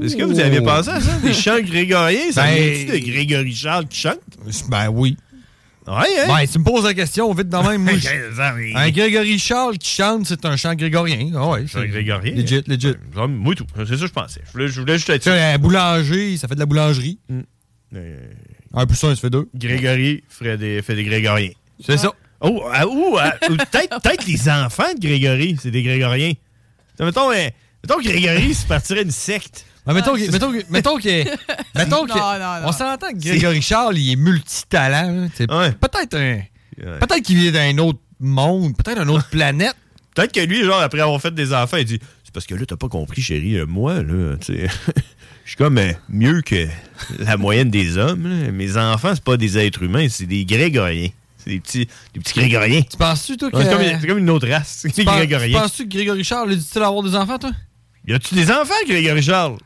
Speaker 14: Est-ce que vous avez pensé à ça? Des chants grégoriens? Ça
Speaker 5: Ben-
Speaker 14: vient-tu de Grégory Charles qui chante?
Speaker 5: Ben oui.
Speaker 14: Ouais, hein?
Speaker 5: Ben, tu me poses la question, vite dans même. moi, je-
Speaker 14: Sorry.
Speaker 5: un Grégory Charles qui chante, c'est un chant grégorien. Ah ouais,
Speaker 14: Chant
Speaker 5: c'est-
Speaker 14: grégorien.
Speaker 5: Legit, legit.
Speaker 14: Moi tout. C'est ça que je pensais. Je voulais, je voulais juste être
Speaker 5: Tu sais, un boulanger, ça fait de la boulangerie. Un plus un, ça fait deux.
Speaker 14: Grégory ferait des, fait des grégoriens. C'est ça. Oh, ah, ou, ah, ou (laughs) peut-être peut-être les enfants de Grégory, c'est des grégoriens. Ça, Mettons, euh, mettons Grégory se partirait une secte.
Speaker 5: Ben,
Speaker 8: Ah,
Speaker 5: mettons que- mettons que- mettons
Speaker 8: (laughs)
Speaker 5: que- mettons que-
Speaker 14: Non, non, non.
Speaker 5: on s'entend que Grégory Charles, il est multitalent. hein, tu sais. Peut-être un, peut-être qu'il vient d'un autre monde, peut-être une autre planète.
Speaker 14: Peut-être que lui, genre, après avoir fait des enfants, il dit C'est parce que là, t'as pas compris, chérie, euh, moi, là, tu sais. Je suis comme euh, mieux que la moyenne des hommes. là. Mes enfants, c'est pas des êtres humains, c'est des grégoriens. C'est des petits, des petits grégoriens.
Speaker 5: Tu penses-tu, toi,
Speaker 14: Ouais,
Speaker 5: que-
Speaker 14: C'est comme, c'est comme une autre race. C'est
Speaker 5: Tu
Speaker 14: des
Speaker 5: penses- tu
Speaker 14: grégoriens.
Speaker 5: penses-tu que Grégory Charles, il dit-il avoir des enfants, toi?
Speaker 14: Y a-tu des enfants, Grégory Charles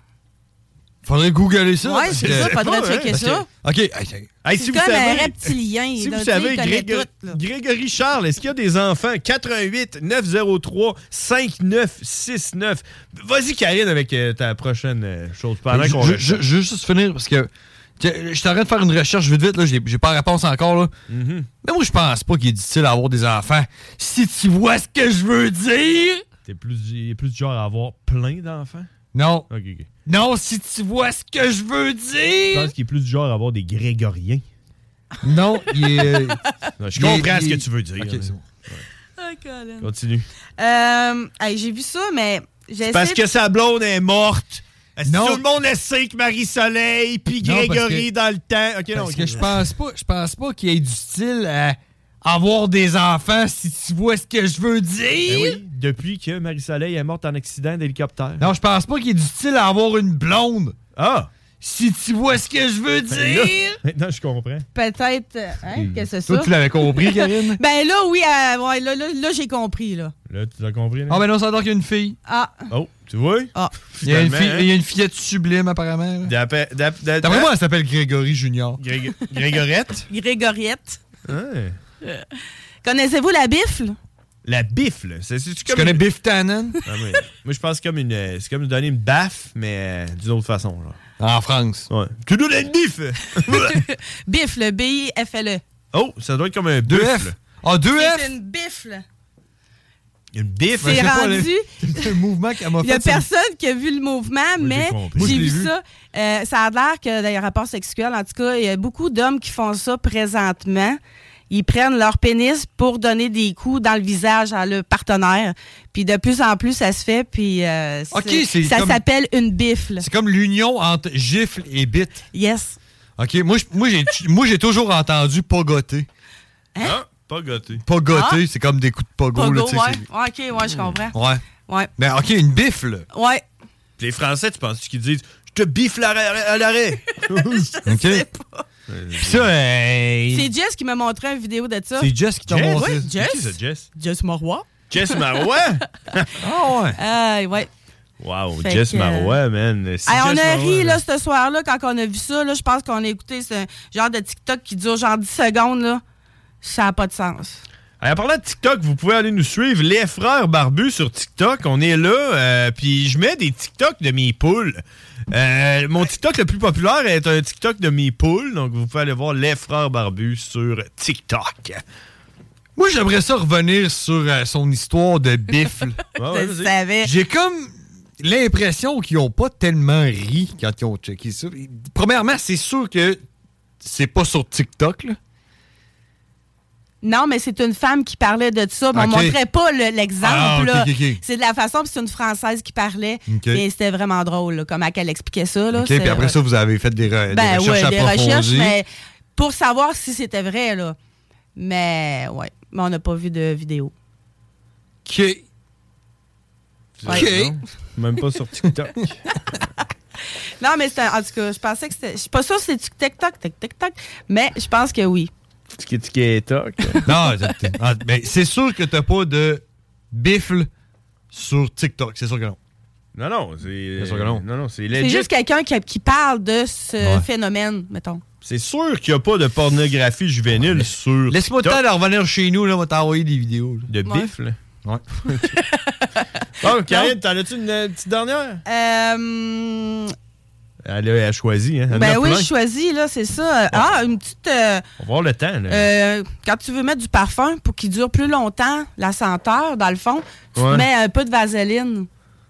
Speaker 5: Faudrait googler ça.
Speaker 8: Ouais,
Speaker 5: parce
Speaker 8: c'est
Speaker 5: que-
Speaker 8: ça,
Speaker 5: Je sais
Speaker 8: faudrait
Speaker 5: pas, hein,
Speaker 8: checker
Speaker 5: parce
Speaker 8: ça.
Speaker 5: que- OK. hey,
Speaker 14: Hey,
Speaker 8: C'est
Speaker 14: si vous
Speaker 8: comme
Speaker 14: savez-
Speaker 8: un reptilien.
Speaker 14: Si
Speaker 8: là,
Speaker 14: vous
Speaker 8: tu sais,
Speaker 14: savez,
Speaker 8: il connaît
Speaker 14: Grégo-
Speaker 8: tout, là.
Speaker 14: Grégory Charles, est-ce qu'il y a des enfants? 88 903 5969. Vas-y, Karine, avec euh, ta prochaine euh, chose. Pendant qu'on
Speaker 5: Je, je, je veux juste finir parce que que je suis en train de faire une recherche vite vite, là, j'ai j'ai pas la réponse encore. Là.
Speaker 14: Mm-hmm.
Speaker 5: Mais moi, je pense pas qu'il est difficile d'avoir des enfants. Si tu vois ce que je veux dire.
Speaker 14: T'es plus, il est plus du genre à avoir plein d'enfants?
Speaker 5: Non.
Speaker 14: Ok, ok.
Speaker 5: Non, si tu vois ce que je veux
Speaker 14: Je
Speaker 5: dire.
Speaker 14: pense qu'il est plus du genre à avoir des grégoriens.
Speaker 5: Non, il est.
Speaker 14: (laughs) Non, je
Speaker 5: il est-
Speaker 14: comprends ce
Speaker 5: il
Speaker 14: que
Speaker 5: est-
Speaker 14: tu veux dire.
Speaker 5: Ok,
Speaker 14: là.
Speaker 5: c'est bon.
Speaker 8: Ah, Colin.
Speaker 14: Continue.
Speaker 8: Euh, hey, j'ai vu ça, mais j'ai essayé
Speaker 14: Parce
Speaker 8: de-
Speaker 14: que sa blonde est morte. Est-ce que Tout le monde le sait que Marie-Soleil puis
Speaker 5: Non, parce
Speaker 14: Grégory
Speaker 5: que-
Speaker 14: dans le temps. Ok, non,
Speaker 5: Parce
Speaker 14: ok.
Speaker 5: que je pense pas, je pense pas qu'il y ait du style à avoir des enfants si tu vois ce que je veux dire.
Speaker 14: Ben oui, depuis que Marie-Soleil est morte en accident d'hélicoptère.
Speaker 5: Non, je pense pas qu'il y ait du style à avoir une blonde.
Speaker 14: Ah!
Speaker 5: Si tu vois ce que je veux
Speaker 14: Ben là,
Speaker 5: dire.
Speaker 14: Maintenant, je comprends.
Speaker 8: peut-être. euh, Hein, que c'est
Speaker 5: Hmm. Toi,
Speaker 8: ça?
Speaker 5: tu l'avais
Speaker 8: (laughs)
Speaker 5: compris, Karine?
Speaker 8: ben là, oui, euh, ouais, là, là, là, j'ai compris, là.
Speaker 14: Là, tu l'as compris. là?
Speaker 5: Ah, ben non, ça dort qu'il y a une fille.
Speaker 8: Ah,
Speaker 14: Oh, tu vois?
Speaker 8: Ah.
Speaker 5: Il y a une, fille-
Speaker 14: Finalement, hein?
Speaker 5: il y a une fillette sublime, apparemment. là.
Speaker 14: D'après d'ap- d'a-
Speaker 5: D'après moi, elle s'appelle Grégory Junior.
Speaker 14: Grég- Grégorette?
Speaker 8: Grégoriette.
Speaker 14: Hein?
Speaker 8: Euh, Connaissez-vous la bifle?
Speaker 14: La bifle. C'est, c'est, comme
Speaker 5: connais
Speaker 14: Biff
Speaker 5: Tannen?
Speaker 14: Moi, je pense que c'est comme une, euh, c'est comme donner une baffe, mais euh, d'une autre façon. Genre.
Speaker 5: En France.
Speaker 14: Ouais. Tu nous donnes une bifle!
Speaker 8: (laughs) Bifle, B-I-F-L-E.
Speaker 14: oh, ça doit être comme un deux
Speaker 5: F. Ah, deux
Speaker 8: E. C'est une bifle.
Speaker 14: Une bifle.
Speaker 8: C'est rendu.
Speaker 5: (laughs) C'est un mouvement qu'elle m'a fait.
Speaker 8: Il y a
Speaker 5: ça me-
Speaker 8: personne qui a vu le mouvement, mais
Speaker 5: compris. Moi, je
Speaker 8: j'ai
Speaker 5: l'ai
Speaker 8: vu,
Speaker 5: vu.
Speaker 8: ça. Euh, ça a l'air que dans les rapports sexuels, en tout cas, il y a beaucoup d'hommes qui font ça présentement. Ils prennent leur pénis pour donner des coups dans le visage à leur partenaire. Puis de plus en plus, ça se fait. Puis euh,
Speaker 5: Ok,
Speaker 8: c'est-
Speaker 5: c'est
Speaker 8: ça
Speaker 5: comme-
Speaker 8: s'appelle une bifle.
Speaker 5: C'est comme l'union entre gifle et bite.
Speaker 8: Yes.
Speaker 5: OK, moi, je- moi, j'ai, moi, j'ai toujours entendu pogoter.
Speaker 14: Ah, pas gâté.
Speaker 5: Pogoter, c'est comme des coups de pogo.
Speaker 8: Hein? Ah? Pogo,
Speaker 5: là, tu sais,
Speaker 8: ouais. Ouais, OK, ouais, je comprends.
Speaker 5: c'est- ouais.
Speaker 8: Ouais.
Speaker 5: Ben, OK, une bifle.
Speaker 8: Ouais.
Speaker 14: Les Français, tu penses qu'ils disent Je te biffe l'arrêt- à l'arrêt?
Speaker 5: OK. Puis ça, euh,
Speaker 8: C'est Jess qui m'a montré une vidéo de ça.
Speaker 5: C'est Jess qui t'a
Speaker 8: Jess?
Speaker 5: montré.
Speaker 8: Ouais, Jess.
Speaker 14: Qui c'est, Jess?
Speaker 8: Jess Marois.
Speaker 14: Jess
Speaker 8: (laughs)
Speaker 14: Marois?
Speaker 5: Ah ouais.
Speaker 8: Euh, ouais.
Speaker 14: Wow,
Speaker 8: Fait
Speaker 14: Jess
Speaker 8: que-
Speaker 14: Marois, man. Si
Speaker 8: Hey, on
Speaker 14: Jess
Speaker 8: a
Speaker 14: Marois-
Speaker 8: ri là, ce soir-là quand on a vu ça. Là, je pense qu'on a écouté ce genre de TikTok qui dure genre 10 secondes. Là. Ça n'a pas de sens.
Speaker 14: Hey, En parlant de TikTok, vous pouvez aller nous suivre, les frères barbus sur TikTok. On est là, euh, puis je mets des TikTok de mes poules. Euh, mon TikTok le plus populaire est un TikTok de mes poules, donc vous pouvez aller voir les frères barbus sur TikTok.
Speaker 5: Moi, j'aimerais ça revenir sur euh, son histoire de bifle.
Speaker 8: (laughs)
Speaker 5: Ah,
Speaker 14: ouais, Je vas-y.
Speaker 8: savais.
Speaker 5: J'ai comme l'impression qu'ils ont pas tellement ri quand ils ont checké ça. Premièrement, c'est sûr que c'est pas sur TikTok. Là.
Speaker 8: Non, mais c'est une femme qui parlait de ça. mais On
Speaker 5: Ok.
Speaker 8: montrait pas le- l'exemple.
Speaker 5: Ah, ok,
Speaker 8: là.
Speaker 5: ok, ok.
Speaker 8: C'est de la façon, puis c'est une Française qui parlait.
Speaker 5: Ok.
Speaker 8: Mais c'était vraiment drôle, là, comment qu'elle expliquait ça. Là,
Speaker 5: OK,
Speaker 8: C'est-
Speaker 5: puis après ça, vous avez fait des, re- des
Speaker 8: ben,
Speaker 5: recherches
Speaker 8: ouais, des
Speaker 5: approfondies.
Speaker 8: recherches, mais pour savoir si c'était vrai. Là. Mais ouais, mais on n'a pas vu de vidéo.
Speaker 5: OK.
Speaker 8: Ouais.
Speaker 14: Même pas sur TikTok.
Speaker 8: (laughs) Non, mais c'est un- en tout cas, je pensais que c'était. Je suis pas sûre si c'est du TikTok, tic TikTok, mais je pense que oui.
Speaker 5: Tiki tiki toc. non, t'as- t'as- ah, mais c'est sûr que t'as pas de bifle sur TikTok. C'est sûr que non.
Speaker 14: Non, non, c'est.
Speaker 5: Bien sûr que non.
Speaker 14: Non, c'est
Speaker 8: C'est
Speaker 14: legit.
Speaker 8: juste quelqu'un qui, qui parle de ce
Speaker 14: Ouais.
Speaker 8: phénomène, mettons.
Speaker 14: C'est sûr qu'il n'y a pas de pornographie juvénile sur.
Speaker 5: Laisse-moi le temps de revenir chez nous, là, on va t'envoyer des vidéos.
Speaker 14: De
Speaker 8: Ouais.
Speaker 14: bif, là.
Speaker 5: Ouais.
Speaker 14: (laughs) Bon, Karine, t'en as-tu une euh, petite dernière?
Speaker 8: Euh,
Speaker 14: Elle a, elle a choisi, hein? Elle en
Speaker 8: ben
Speaker 14: a
Speaker 8: oui,
Speaker 14: plein.
Speaker 8: je choisis, là, c'est ça. Ah, une petite. euh,
Speaker 14: On va avoir le temps, là.
Speaker 8: Euh, quand tu veux mettre du parfum pour qu'il dure plus longtemps, la senteur, dans le fond, tu
Speaker 14: Ouais.
Speaker 8: mets un peu de vaseline.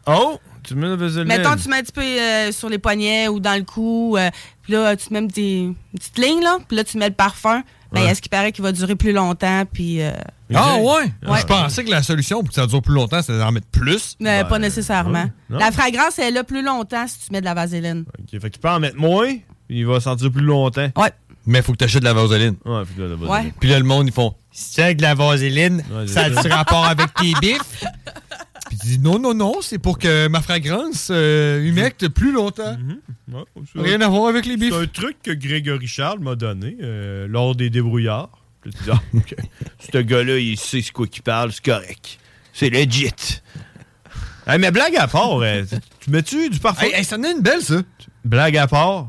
Speaker 14: Oh! Tu mets la vaseline.
Speaker 8: Mettons, tu mets un petit peu euh, sur les poignets ou dans le cou. euh, puis là, tu te mets une petite, une petite ligne, là. Puis là, tu mets le parfum. Ben,
Speaker 5: Ouais.
Speaker 8: est-ce qu'il paraît qu'il va durer plus longtemps? Puis. euh,
Speaker 5: Ah ouais? Je pensais que la solution pour que ça dure plus longtemps, c'est d'en mettre plus.
Speaker 8: mais pas nécessairement.
Speaker 14: non.
Speaker 8: La fragrance, elle est là plus longtemps si tu mets de la vaseline.
Speaker 14: Ok, fait qu'il peut en mettre moins, puis il va sentir plus longtemps.
Speaker 8: Ouais.
Speaker 5: Mais faut que t'achètes de la vaseline.
Speaker 14: Ouais, faut que de la vaseline.
Speaker 8: Ouais.
Speaker 5: Puis là, le monde, ils font Si c'est avec de la vaseline, ça a
Speaker 14: c'est ça.
Speaker 5: du rapport avec tes bifs. Puis tu dis Non, non, non, c'est pour que ma fragrance euh, humecte plus longtemps.
Speaker 14: Mm-hmm.
Speaker 5: Rien à voir avec les bifs.
Speaker 14: C'est un truc que Grégory Charles m'a donné euh, lors des débrouillards. Je dis, ah, ok. (laughs) Ce gars-là, il sait ce quoi qu'il parle, c'est correct. C'est legit. Hey, mais blague à part, euh, tu- tu mets-tu du parfum?
Speaker 5: Hey, hey, ça en est une belle, ça.
Speaker 14: Blague à part.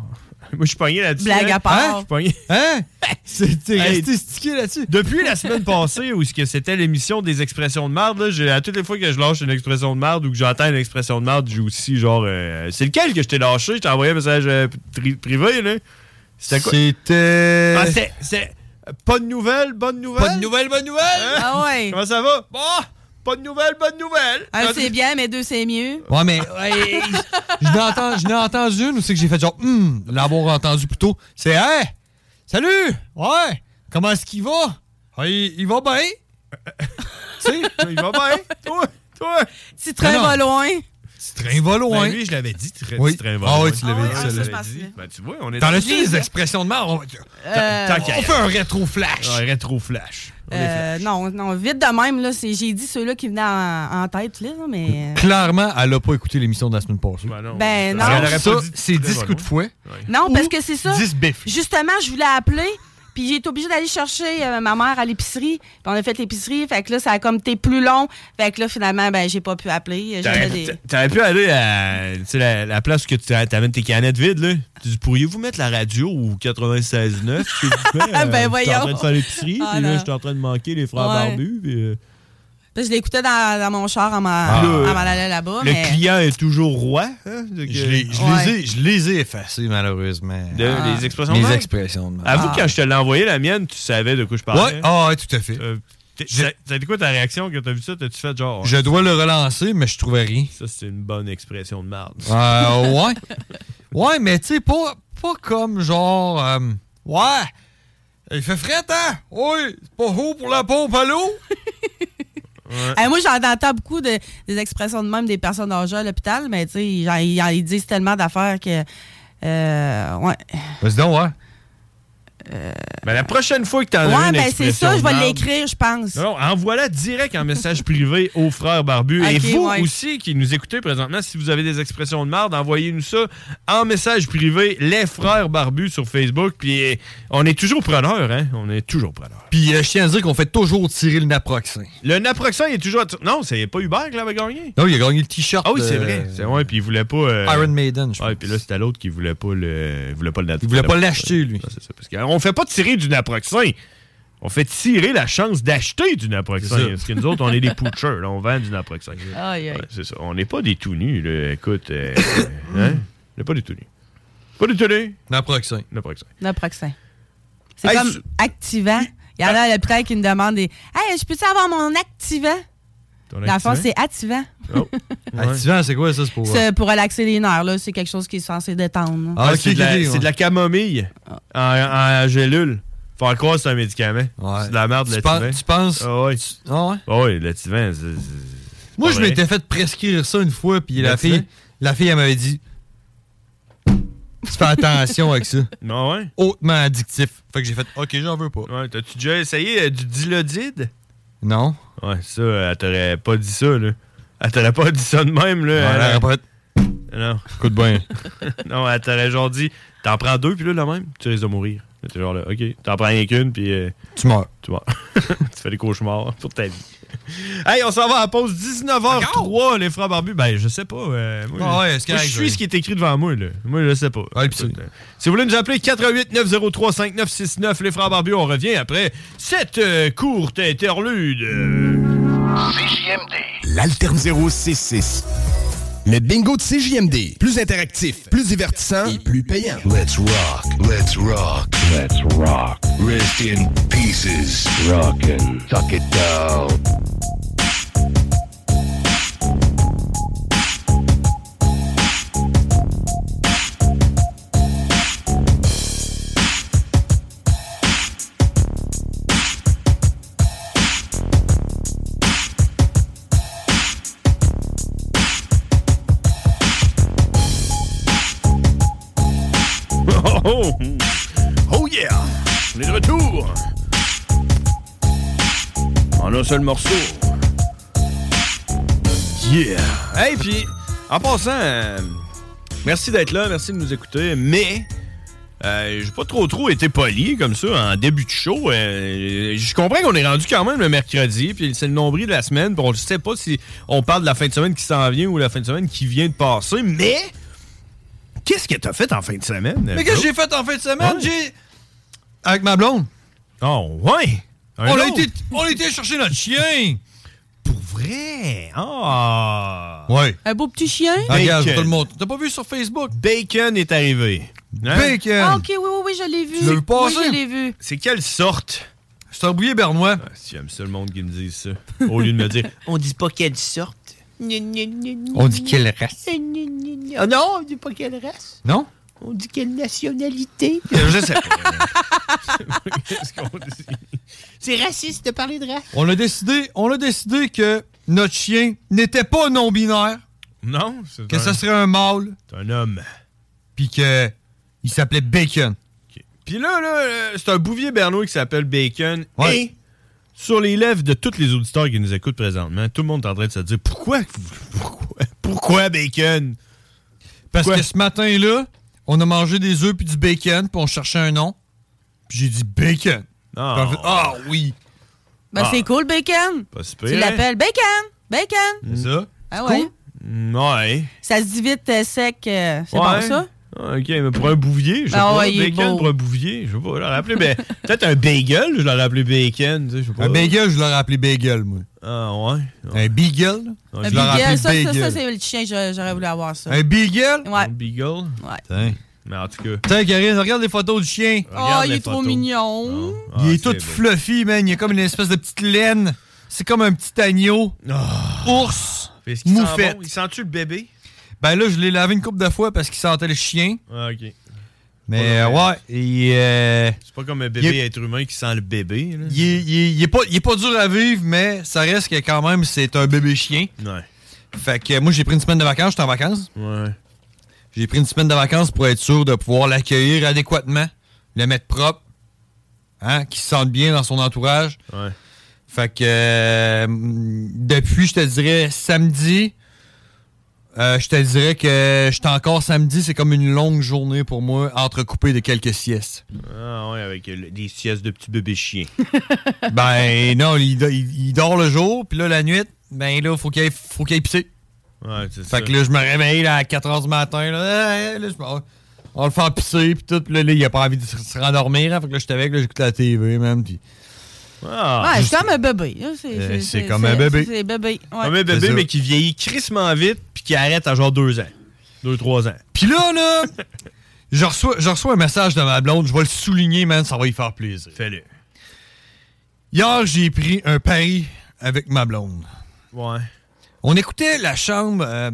Speaker 14: Moi, je suis pogné là-dessus.
Speaker 5: Blague
Speaker 14: hein.
Speaker 5: à part.
Speaker 14: Hein? Je suis pogné.
Speaker 5: Hein? (laughs)
Speaker 14: C'était
Speaker 5: resté stické là-dessus.
Speaker 14: Depuis la semaine passée, où ce que c'était l'émission des expressions de marde, là, j'ai- à toutes les fois que je lâche une expression de marde ou que j'entends une expression de marde, j'ai aussi genre. euh, c'est lequel que je t'ai lâché? Je t'ai envoyé un message euh, pri- privé, là. C'était quoi?
Speaker 5: C'était.
Speaker 14: Ah, c'est- c'est. Pas de nouvelles, bonne nouvelle.
Speaker 5: Pas de nouvelles, bonne nouvelle.
Speaker 8: Ah ouais.
Speaker 14: Comment ça va? Bon, pas de nouvelles, bonne nouvelle.
Speaker 8: Un, c'est bien, mais deux, c'est mieux.
Speaker 5: Ouais, mais ouais, je n'ai entendu, je n'ai entendu une où c'est que j'ai fait genre, hum, l'avoir entendu plus tôt. C'est, hey, salut, ouais, comment est-ce qu'il va? Ah, il, il va
Speaker 14: (laughs)
Speaker 5: bien. tu sais,
Speaker 14: il va bien. Toi, toi.
Speaker 8: Petit train va loin.
Speaker 5: Petit train va loin.
Speaker 14: Ben, lui, je l'avais dit, très,
Speaker 5: Oui.
Speaker 14: petit train va
Speaker 5: Ah
Speaker 14: loin.
Speaker 5: oui, tu l'avais dit,
Speaker 14: Ah,
Speaker 5: ça,
Speaker 14: je
Speaker 5: là.
Speaker 14: l'avais dit. Ben, tu vois, on est
Speaker 5: T'en
Speaker 14: dans-
Speaker 5: as-tu des expressions de mort? On,
Speaker 8: Euh,
Speaker 5: Tant qu'à y
Speaker 8: on
Speaker 5: aller.
Speaker 8: fait un
Speaker 5: rétro-flash.
Speaker 14: Un Ah, rétro-flash.
Speaker 8: Euh, non, non, vite de même, là. c'est- J'ai dit ceux-là qui venaient en, en tête, là, mais. euh,
Speaker 5: Clairement, elle n'a pas écouté l'émission de la semaine passée.
Speaker 8: Ben, non. Elle aurait pas
Speaker 5: Ça,
Speaker 8: dit
Speaker 5: c'est 10 coups de fouet.
Speaker 8: Non, parce que c'est ça.
Speaker 5: 10 biffes.
Speaker 8: Justement, je voulais appeler, puis j'ai été obligée d'aller chercher euh, ma mère à l'épicerie. Puis on a fait l'épicerie, fait que là, ça a comme été plus long. Fait que là, finalement, ben, j'ai pas pu appeler. J'avais
Speaker 14: T'aurais
Speaker 8: des... (laughs)
Speaker 14: t'aurais pu aller à tu sais, la, la place où que tu t'amènes tes canettes vides, là. Tu dis, pourriez-vous mettre la radio ou 96.9, s'il vous plaît?
Speaker 8: Ben,
Speaker 14: Euh, Je suis
Speaker 8: voyons.
Speaker 14: en train de faire l'épicerie,
Speaker 8: Ah,
Speaker 14: puis là,
Speaker 8: non.
Speaker 14: je suis en train de manquer les frères
Speaker 8: Ouais.
Speaker 14: barbus. puis, euh,
Speaker 8: Là, je l'écoutais dans, dans mon char en
Speaker 14: Ah.
Speaker 8: ma-
Speaker 14: Le-
Speaker 8: en m'en allant là-bas.
Speaker 14: le
Speaker 8: mais...
Speaker 14: client est toujours roi. hein, donc,
Speaker 5: Je
Speaker 14: euh,
Speaker 5: les, je
Speaker 14: ouais.
Speaker 5: les ai, je les ai effacés, malheureusement.
Speaker 14: De- Ah. les expressions de
Speaker 5: Les
Speaker 14: marde?
Speaker 5: expressions de marde.
Speaker 14: Avoue, quand je te l'ai envoyé, la mienne, tu savais de quoi je parlais.
Speaker 5: Ouais, ah, ouais, tout à fait.
Speaker 14: C'était quoi ta réaction quand t'as vu ça? T'as-tu fait genre.
Speaker 5: Je dois le relancer, mais je trouvais rien.
Speaker 14: Ça, c'est une bonne expression de marde. (laughs)
Speaker 5: Euh, ouais. Ouais, mais tu sais, pas, pas comme genre. euh, ouais. Il fait fret, hein? Oui, c'est pas haut pour la pompe à l'eau.
Speaker 8: Hey, Euh, moi, j'en entends beaucoup de- des expressions de même des personnes âgées à l'hôpital, mais tu sais, ils, ils- ils disent tellement d'affaires que. euh, ouais.
Speaker 5: Vas-y donc, ouais.
Speaker 14: Ben, la prochaine fois que t'en as
Speaker 8: Euh. ouais,
Speaker 14: une
Speaker 8: ben, c'est ça,
Speaker 14: expression
Speaker 8: je vais
Speaker 14: de marde,
Speaker 8: l'écrire, je pense.
Speaker 14: Non, envoie-la direct en message privé aux frères barbus.
Speaker 8: Ok,
Speaker 14: Et vous
Speaker 8: ouais.
Speaker 14: aussi qui nous écoutez présentement, si vous avez des expressions de marde, envoyez-nous ça en message privé, les frères barbus sur Facebook. Puis euh, on est toujours preneurs, hein? On est toujours preneurs.
Speaker 5: Puis euh, je tiens à dire qu'on fait toujours tirer le naproxen.
Speaker 14: Le naproxen il est toujours. attir- Non, c'est pas Hubert qui l'avait gagné.
Speaker 5: Non, il a gagné le t-shirt.
Speaker 14: Ah oui, c'est
Speaker 5: euh,
Speaker 14: vrai. C'est ouais, puis il voulait pas. euh,
Speaker 5: Iron Maiden, je
Speaker 14: Ouais, puis là, c'était l'autre qui voulait pas le. Il voulait pas le nat-
Speaker 5: Il voulait pas l'acheter, lui.
Speaker 14: Ouais, c'est ça, parce que, euh, on fait pas tirer du naproxen. On fait tirer la chance d'acheter du
Speaker 5: C'est ça.
Speaker 14: naproxen. Parce que nous autres, on est des poochers. là, on vend du naproxen.
Speaker 8: Aïe, aïe.
Speaker 14: Ouais, c'est ça. On n'est pas des tout nus, là. Écoute, euh, (coughs) hein? On n'est pas des tout nus. Pas des tout nus.
Speaker 5: Naproxen.
Speaker 14: Naproxen.
Speaker 8: Naproxen. C'est
Speaker 14: Hey,
Speaker 8: comme
Speaker 14: su-
Speaker 8: activant. Il y en a à l'hôpital qui me demandent des Hey, je peux-tu avoir mon activant?
Speaker 5: Ton
Speaker 8: Dans le fond,
Speaker 5: activant?
Speaker 8: c'est activant.
Speaker 5: Activant, c'est quoi ça? C'est pour. euh?
Speaker 8: C'est pour relaxer les nerfs, là. C'est quelque chose qui est censé détendre.
Speaker 14: Ah, c'est de, la-
Speaker 5: ok,
Speaker 14: c'est de la camomille en, en gélule. Faut en croire que c'est un médicament. C'est de la merde,
Speaker 5: Tu
Speaker 14: le
Speaker 5: pen-
Speaker 14: Tivan.
Speaker 5: tu penses-
Speaker 14: Ah ouais.
Speaker 5: Ah ouais?
Speaker 14: Ah ouais, le Tivan, c'est- c'est-
Speaker 5: Moi,
Speaker 14: pas
Speaker 5: je
Speaker 14: vrai.
Speaker 5: m'étais fait prescrire ça une fois, puis la
Speaker 14: Ben, tu
Speaker 5: fille,
Speaker 14: sais.
Speaker 5: la fille, elle m'avait dit Tu fais attention avec
Speaker 14: (laughs)
Speaker 5: ça.
Speaker 14: Non, Ah ouais.
Speaker 5: Hautement addictif. Fait que j'ai fait Ok, j'en veux pas.
Speaker 14: Ouais, t'as-tu déjà essayé euh, du dilodide? euh,
Speaker 5: Non.
Speaker 14: Ouais, ça, elle t'aurait pas dit ça, là. Elle t'aurait pas dit ça de même, là.
Speaker 5: Ouais, elle aurait
Speaker 14: Non. Écoute bien. non, elle t'aurait genre dit T'en prends deux, puis là, la même, tu risques de mourir. Là, T'es genre là, OK, t'en prends rien qu'une, puis. euh,
Speaker 8: Tu meurs.
Speaker 14: Tu meurs. (laughs) tu fais des cauchemars pour ta vie. (laughs) Hey, on s'en va à la pause 19h03, les frères barbus. Ben, je sais pas. euh, moi,
Speaker 8: Ah ouais,
Speaker 14: je-
Speaker 8: c'est
Speaker 14: moi,
Speaker 8: correct,
Speaker 14: je
Speaker 8: oui.
Speaker 14: suis ce qui est écrit devant moi, là. Moi, je sais pas. Écoute, euh, si vous voulez nous appeler, 88-903-5969, les frères barbus, on revient après cette euh, courte interlude.
Speaker 16: L'Alterne 0666. Le bingo de CJMD, plus interactif, plus divertissant et plus payant.
Speaker 17: Let's rock, let's rock, let's rock. Rest in pieces. Rockin', tuck it down.
Speaker 14: (laughs) Oh, oh. Oh yeah! On est de retour! En un seul morceau. Yeah! Hey, puis, en passant, euh, merci d'être là, merci de nous écouter, mais euh, j'ai pas trop trop été poli comme ça en début de show. Euh, je comprends qu'on est rendu quand même le mercredi, puis c'est le nombril de la semaine, puis on ne sait pas si on parle de la fin de semaine qui s'en vient ou la fin de semaine qui vient de passer, mais qu'est-ce que t'as fait en fin de semaine?
Speaker 8: Mais qu'est-ce
Speaker 14: Flo?
Speaker 8: que j'ai fait en fin de semaine?
Speaker 14: Ouais.
Speaker 8: J'ai. Avec ma blonde.
Speaker 14: Oh, ouais! Un
Speaker 8: On a,
Speaker 14: autre?
Speaker 8: été, on a été chercher notre chien.
Speaker 14: Pour vrai? Ah!
Speaker 8: Ouais. Ah,
Speaker 10: Un beau petit chien.
Speaker 8: Regarde, tout le monde. T'as pas vu sur Facebook?
Speaker 14: Bacon est arrivé. Hein?
Speaker 10: Ah, ok, oui, oui, oui, je l'ai vu.
Speaker 14: Tu l'as vu passer?
Speaker 10: Oui, je l'ai vu.
Speaker 14: C'est quelle sorte? C'est un bouillet bernois. si j'aime ça le monde qui me dise ça. Au lieu de me dire, (laughs) on dit pas quelle sorte.
Speaker 8: On dit quelle race.
Speaker 18: Ah non, on dit pas quelle race.
Speaker 8: Non?
Speaker 18: On dit quelle nationalité.
Speaker 14: Je sais pas. (laughs)
Speaker 18: C'est raciste de parler de race.
Speaker 8: On a décidé, on a décidé que notre chien n'était pas non-binaire.
Speaker 14: Non? c'est
Speaker 8: Que
Speaker 14: un-
Speaker 8: ça serait un mâle.
Speaker 14: C'est un homme.
Speaker 8: Puis que il s'appelait Bacon.
Speaker 14: Puis là, là, euh, c'est un bouvier bernois qui s'appelle Bacon. Et sur les lèvres de tous les auditeurs qui nous écoutent présentement, tout le monde est en train de se dire pourquoi, (laughs) pourquoi, pourquoi Bacon?
Speaker 8: Parce que ce matin-là, on a mangé des œufs puis du bacon, puis on cherchait un nom. Puis j'ai dit Bacon. Puis on fait, Ah oui.
Speaker 10: Ben,
Speaker 8: Ah.
Speaker 10: c'est cool, Bacon.
Speaker 14: Pas si
Speaker 10: Tu
Speaker 14: pire,
Speaker 10: l'appelles Bacon. Bacon.
Speaker 14: C'est ça?
Speaker 10: Ah ouais.
Speaker 14: Mm, Ouais.
Speaker 10: Ça se dit vite euh, sec. euh, c'est
Speaker 14: Ouais.
Speaker 10: bon, ça?
Speaker 14: Ah, Ok, mais pour un bouvier, je sais
Speaker 10: Ah
Speaker 14: pas.
Speaker 10: ouais, il est
Speaker 14: bacon
Speaker 10: beau.
Speaker 14: pour un bouvier, je sais pas. Je l'aurais appelé. ben, (laughs) Peut-être un bagel, je l'aurais appelé bacon. Tu sais, je sais pas.
Speaker 8: Un bagel, je l'aurais appelé bagel, moi.
Speaker 14: Ah ouais.
Speaker 8: Un beagle,
Speaker 10: Un
Speaker 8: je l'aurais appelé
Speaker 10: beagle, ça, ça,
Speaker 8: bagel.
Speaker 10: ça, c'est le chien, je- j'aurais voulu avoir ça.
Speaker 8: Un beagle?
Speaker 10: Ouais. Un
Speaker 14: beagle?
Speaker 10: Ouais.
Speaker 14: Mais en tout cas.
Speaker 8: Tiens, Karine, regarde les photos du chien.
Speaker 10: Oh, il est trop mignon.
Speaker 14: Ah,
Speaker 8: il est tout fluffy, man. Il a comme une espèce de petite laine. C'est comme un petit agneau.
Speaker 14: Ah.
Speaker 8: Ours.
Speaker 14: Puis est-ce qu'il sent
Speaker 8: Moufette.
Speaker 14: bon? Il sent-tu le bébé?
Speaker 8: Ben là, je l'ai lavé une couple de fois parce qu'il sentait le chien.
Speaker 14: Ah, ok.
Speaker 8: Mais euh, ouais, il, euh,
Speaker 14: C'est pas comme un
Speaker 8: Il
Speaker 14: bébé
Speaker 8: est-
Speaker 14: être humain qui sent le bébé. là.
Speaker 8: il, est- il est- il est pas, il est pas dur à vivre, mais ça reste que quand même, c'est un bébé chien.
Speaker 14: Ouais.
Speaker 8: Fait que euh, moi, j'ai pris une semaine de vacances. J'étais en vacances.
Speaker 14: Ouais.
Speaker 8: J'ai pris une semaine de vacances pour être sûr de pouvoir l'accueillir adéquatement, le mettre propre, hein, qu'il se sente bien dans son entourage. Fait que euh, depuis, je te dirais samedi, euh, je te dirais que j'étais encore samedi, c'est comme une longue journée pour moi, entrecoupée de quelques siestes.
Speaker 14: Ah ouais, avec euh, le- des siestes de petits bébés chiens.
Speaker 8: ben non, il, do- il- il dort le jour, puis là, la nuit, ben là, faut qu'il aille, faut qu'il aille pisser.
Speaker 14: Ouais, c'est ça.
Speaker 8: Fait que là, je me réveille là, à 4h du matin. Là, Eh, là, je me- on le fait en pisser, puis tout. Puis là, là, il a pas envie de se se rendormir. hein. fait que là, j'étais avec, là, j'écoute la TV, man. Puis...
Speaker 10: ouais, c'est comme un bébé. là,
Speaker 14: Eh,
Speaker 8: Euh, c'est comme un bébé.
Speaker 10: C'est bébé. ouais.
Speaker 14: Comme un bébé, mais qui vieillit crissement vite puis qui arrête à genre deux ans. Deux, trois ans.
Speaker 8: Puis là, là, (laughs) je reçois, je reçois un message de ma blonde. Je vais le souligner, man. Ça va y faire plaisir.
Speaker 14: Fais-le.
Speaker 8: Hier, j'ai pris un pari avec ma blonde.
Speaker 14: Ouais.
Speaker 8: On écoutait La Chambre. euh,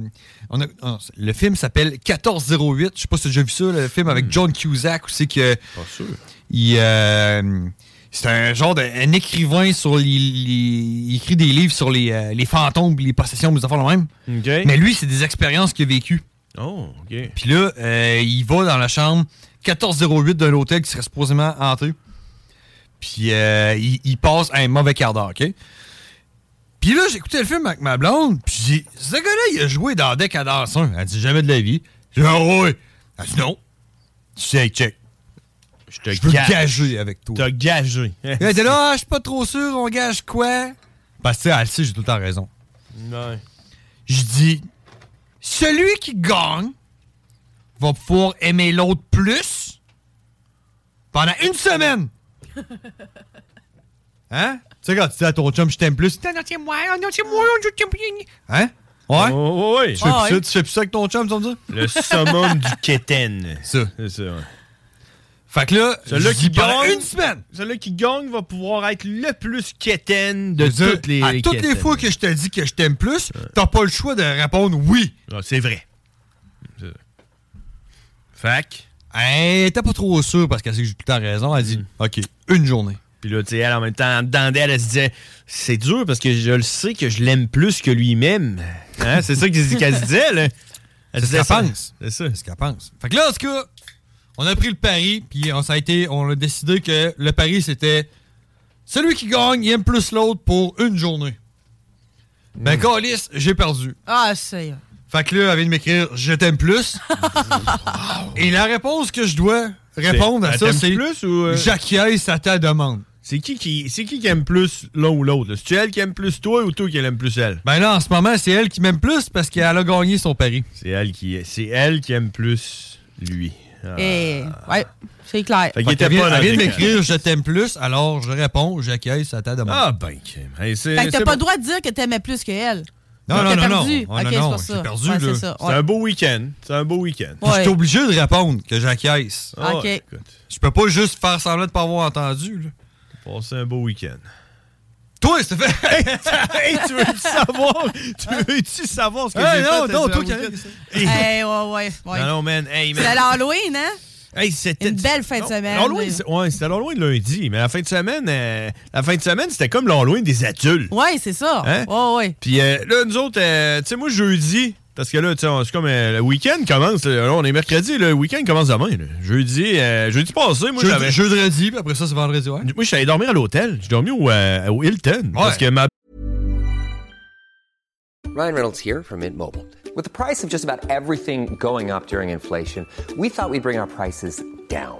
Speaker 8: on a- on- le film s'appelle 1408. Je sais pas si tu as déjà vu ça, le film avec John Cusack. Où c'est que.
Speaker 14: Hmm. Pas sûr.
Speaker 8: Il, euh, c'est un genre d'un écrivain sur les, les- Il écrit des livres sur les, euh, les fantômes, puis les possessions, les affaires de même.
Speaker 14: OK.
Speaker 8: Mais lui, c'est des expériences qu'il a vécues.
Speaker 14: Oh, OK.
Speaker 8: Puis là, euh, il va dans la chambre 1408 d'un hôtel qui serait supposément hanté. Puis euh, il, il passe un mauvais quart d'heure, OK?
Speaker 19: Puis là, j'écoutais le film avec ma blonde, puis j'ai dit, ce gars-là, il a joué dans Deck à Danse 1. Elle dit, jamais de la vie. J'ai dit, ah ouais. Elle dit, non. Tu sais, check.
Speaker 8: Je te
Speaker 19: Je veux gager avec toi.
Speaker 8: T'as gagé.
Speaker 19: Elle était là, Ah, je suis pas trop sûr, on gage quoi? Parce que, tu sais, elle le sait, j'ai tout le temps raison.
Speaker 8: Non.
Speaker 19: Je dis, celui qui gagne va pouvoir aimer l'autre plus pendant une semaine. Hein? Tu sais, quand tu dis à ton chum, je t'aime plus,
Speaker 20: Non, non, c'est moi, non, c'est moi, je t'aime bien.
Speaker 19: Hein? Ouais?
Speaker 8: Oh, oui.
Speaker 19: Tu fais,
Speaker 20: Ah,
Speaker 19: plus
Speaker 20: oui.
Speaker 19: ça, tu fais plus ça avec ton chum, tu vas me dire?
Speaker 8: Le summum du keten.
Speaker 19: Ça.
Speaker 8: C'est ça, ouais.
Speaker 19: Fait que là,
Speaker 8: celui
Speaker 19: je
Speaker 8: qui
Speaker 19: dis pendant
Speaker 8: gagne,
Speaker 19: une semaine.
Speaker 8: Celui qui gagne va pouvoir être le plus keten de
Speaker 19: Je veux dire,
Speaker 8: toutes les.
Speaker 19: à toutes les
Speaker 8: quétaines.
Speaker 19: fois que je te dis que je t'aime plus, t'as pas le choix de répondre oui.
Speaker 8: Ah, c'est vrai. Fac.
Speaker 19: Elle était pas trop sûre parce qu'elle sait que j'ai tout le temps raison. Elle dit OK, une journée.
Speaker 8: Hmm. Puis là, tu sais, elle, en même temps, dans d'elle, elle se disait C'est dur parce que je le sais que je l'aime plus que lui-même. Hein? C'est ça qu'elle se- qu'elle se disait, là. Elle
Speaker 19: C'est ce
Speaker 8: disait
Speaker 19: qu'elle
Speaker 8: ça.
Speaker 19: pense.
Speaker 8: C'est ça.
Speaker 19: ce qu'elle pense. Fait que là, en tout cas, on a pris le pari, puis on, ça a été, on a décidé que le pari, c'était celui qui gagne, il aime plus l'autre pour une journée.
Speaker 8: Hmm.
Speaker 19: Ben, Calis, j'ai perdu.
Speaker 21: Ah, c'est.
Speaker 19: Fait que là, elle vient de m'écrire Je t'aime
Speaker 8: (laughs)
Speaker 19: plus. Et la réponse que je dois répondre à
Speaker 8: Elle
Speaker 19: ça,
Speaker 8: t'aime
Speaker 19: c'est
Speaker 8: plus ou, euh?
Speaker 19: J'acquiesce à ta demande.
Speaker 8: C'est qui qui, c'est qui qui aime plus l'un ou l'autre? là? C'est-tu elle qui aime plus toi ou toi qui aime plus elle?
Speaker 19: Ben là, en ce moment, c'est elle qui m'aime plus parce qu'elle a gagné son pari.
Speaker 8: C'est elle qui, c'est elle qui aime plus lui. Ah.
Speaker 21: Eh, ouais, c'est clair.
Speaker 8: Fait qu'il était
Speaker 19: elle vient,
Speaker 8: pas dans
Speaker 19: elle vient de
Speaker 8: le
Speaker 19: m'écrire Je t'aime plus, alors je réponds J'acquiesce à ta demande.
Speaker 8: Ah, ben, hey, c'est.
Speaker 21: Fait que t'as
Speaker 8: c'est
Speaker 21: pas
Speaker 8: bon.
Speaker 21: le droit de dire que t'aimais plus que elle.
Speaker 19: Non,
Speaker 21: T'as
Speaker 19: non, non,
Speaker 21: perdu.
Speaker 19: non.
Speaker 21: Ok,
Speaker 19: Ah, non,
Speaker 21: c'est
Speaker 19: non,
Speaker 21: pour
Speaker 19: j'ai
Speaker 21: ça.
Speaker 19: perdu,
Speaker 21: Ouais,
Speaker 19: là.
Speaker 21: c'est ça.
Speaker 8: C'est
Speaker 21: ouais.
Speaker 8: un beau week-end. C'est un beau week-end.
Speaker 19: Puis Je suis obligé de répondre que j'acquiesce.
Speaker 8: Ah,
Speaker 21: Ok.
Speaker 8: ouais,
Speaker 19: Je peux pas juste faire semblant de pas avoir entendu. là.
Speaker 8: Passer un beau week-end.
Speaker 19: Toi, c'est fait.
Speaker 8: (laughs) hey, tu veux savoir?
Speaker 21: Hein?
Speaker 8: Tu veux-tu savoir ce que
Speaker 19: Hey,
Speaker 8: j'ai
Speaker 19: non,
Speaker 8: fait?
Speaker 19: non,
Speaker 8: euh,
Speaker 19: toi
Speaker 8: ce
Speaker 19: qui-
Speaker 8: week-end?
Speaker 21: Hey, ouais, ouais, ouais.
Speaker 8: Non, non, man. Hey, man.
Speaker 21: C'est l'Halloween, hein?
Speaker 8: Hey, c'était
Speaker 21: Une belle fin de semaine.
Speaker 8: L'Halloween, c'est- ouais, c'était l'Halloween lundi, mais la fin de semaine, euh, la fin de semaine, c'était comme l'Halloween des adultes.
Speaker 21: Ouais, c'est ça.
Speaker 8: Hein?
Speaker 21: Ouais, ouais.
Speaker 8: Puis euh, là, nous autres, euh, tu sais, moi, jeudi, parce que là, tu sais, on- c'est comme euh, le week-end commence, là, là, on est mercredi, le week-end commence demain. là. Jeudi, euh, jeudi passé, moi,
Speaker 19: Jeudi-
Speaker 8: j'avais.
Speaker 19: Jeudi, puis après ça, c'est vendredi, ouais.
Speaker 8: Moi, je suis allé dormir à l'hôtel. J'ai dormi au, euh, au Hilton. Parce que ma
Speaker 5: Ryan Reynolds here from Mint Mobile. With the price of just about everything going up during inflation, we thought we'd bring our prices down.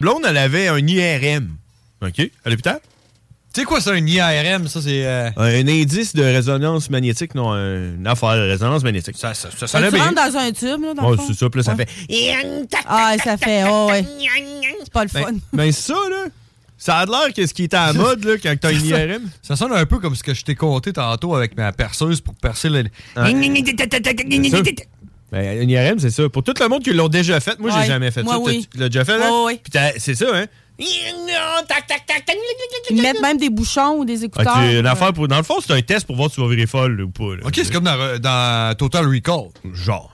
Speaker 8: blonde, elle avait un IRM. OK? À l'hôpital?
Speaker 19: Tu sais quoi, ça, un IRM? Ça, c'est. euh,
Speaker 8: Un indice de résonance magnétique, non, un- une affaire de résonance magnétique. Ça, ça, ça,
Speaker 21: Fait que tu rentres dans un tube, là, dans le
Speaker 8: Ouais,
Speaker 21: fond.
Speaker 8: c'est ça, puis là, ça
Speaker 21: Ouais.
Speaker 8: fait.
Speaker 21: Ah, ça fait, oh, ouais. C'est pas le fun.
Speaker 8: Ben, ben, ça, là, ça a l'air que ce qui
Speaker 21: (laughs)
Speaker 8: est à la mode, là, quand t'as une
Speaker 19: ça-
Speaker 8: IRM.
Speaker 19: Ça sonne un peu comme ce que je t'ai conté tantôt avec ma perceuse pour percer le.
Speaker 8: Ben, une IRM, c'est ça. Pour tout le monde qui l'ont déjà fait, moi,
Speaker 19: Ouais.
Speaker 8: j'ai jamais fait
Speaker 19: Moi,
Speaker 8: ça. T'as-
Speaker 19: oui.
Speaker 8: Tu l'as déjà fait, là?
Speaker 21: Ouais, ouais.
Speaker 8: Puis t'as- c'est ça, hein?
Speaker 21: Ils mettent même des bouchons ou des écouteurs.
Speaker 8: Ok, Ah, une affaire pour- dans le fond, c'est un test pour voir si tu vas virer folle là, ou pas.
Speaker 19: Ok, c'est comme dans, dans Total Recall.
Speaker 8: Genre.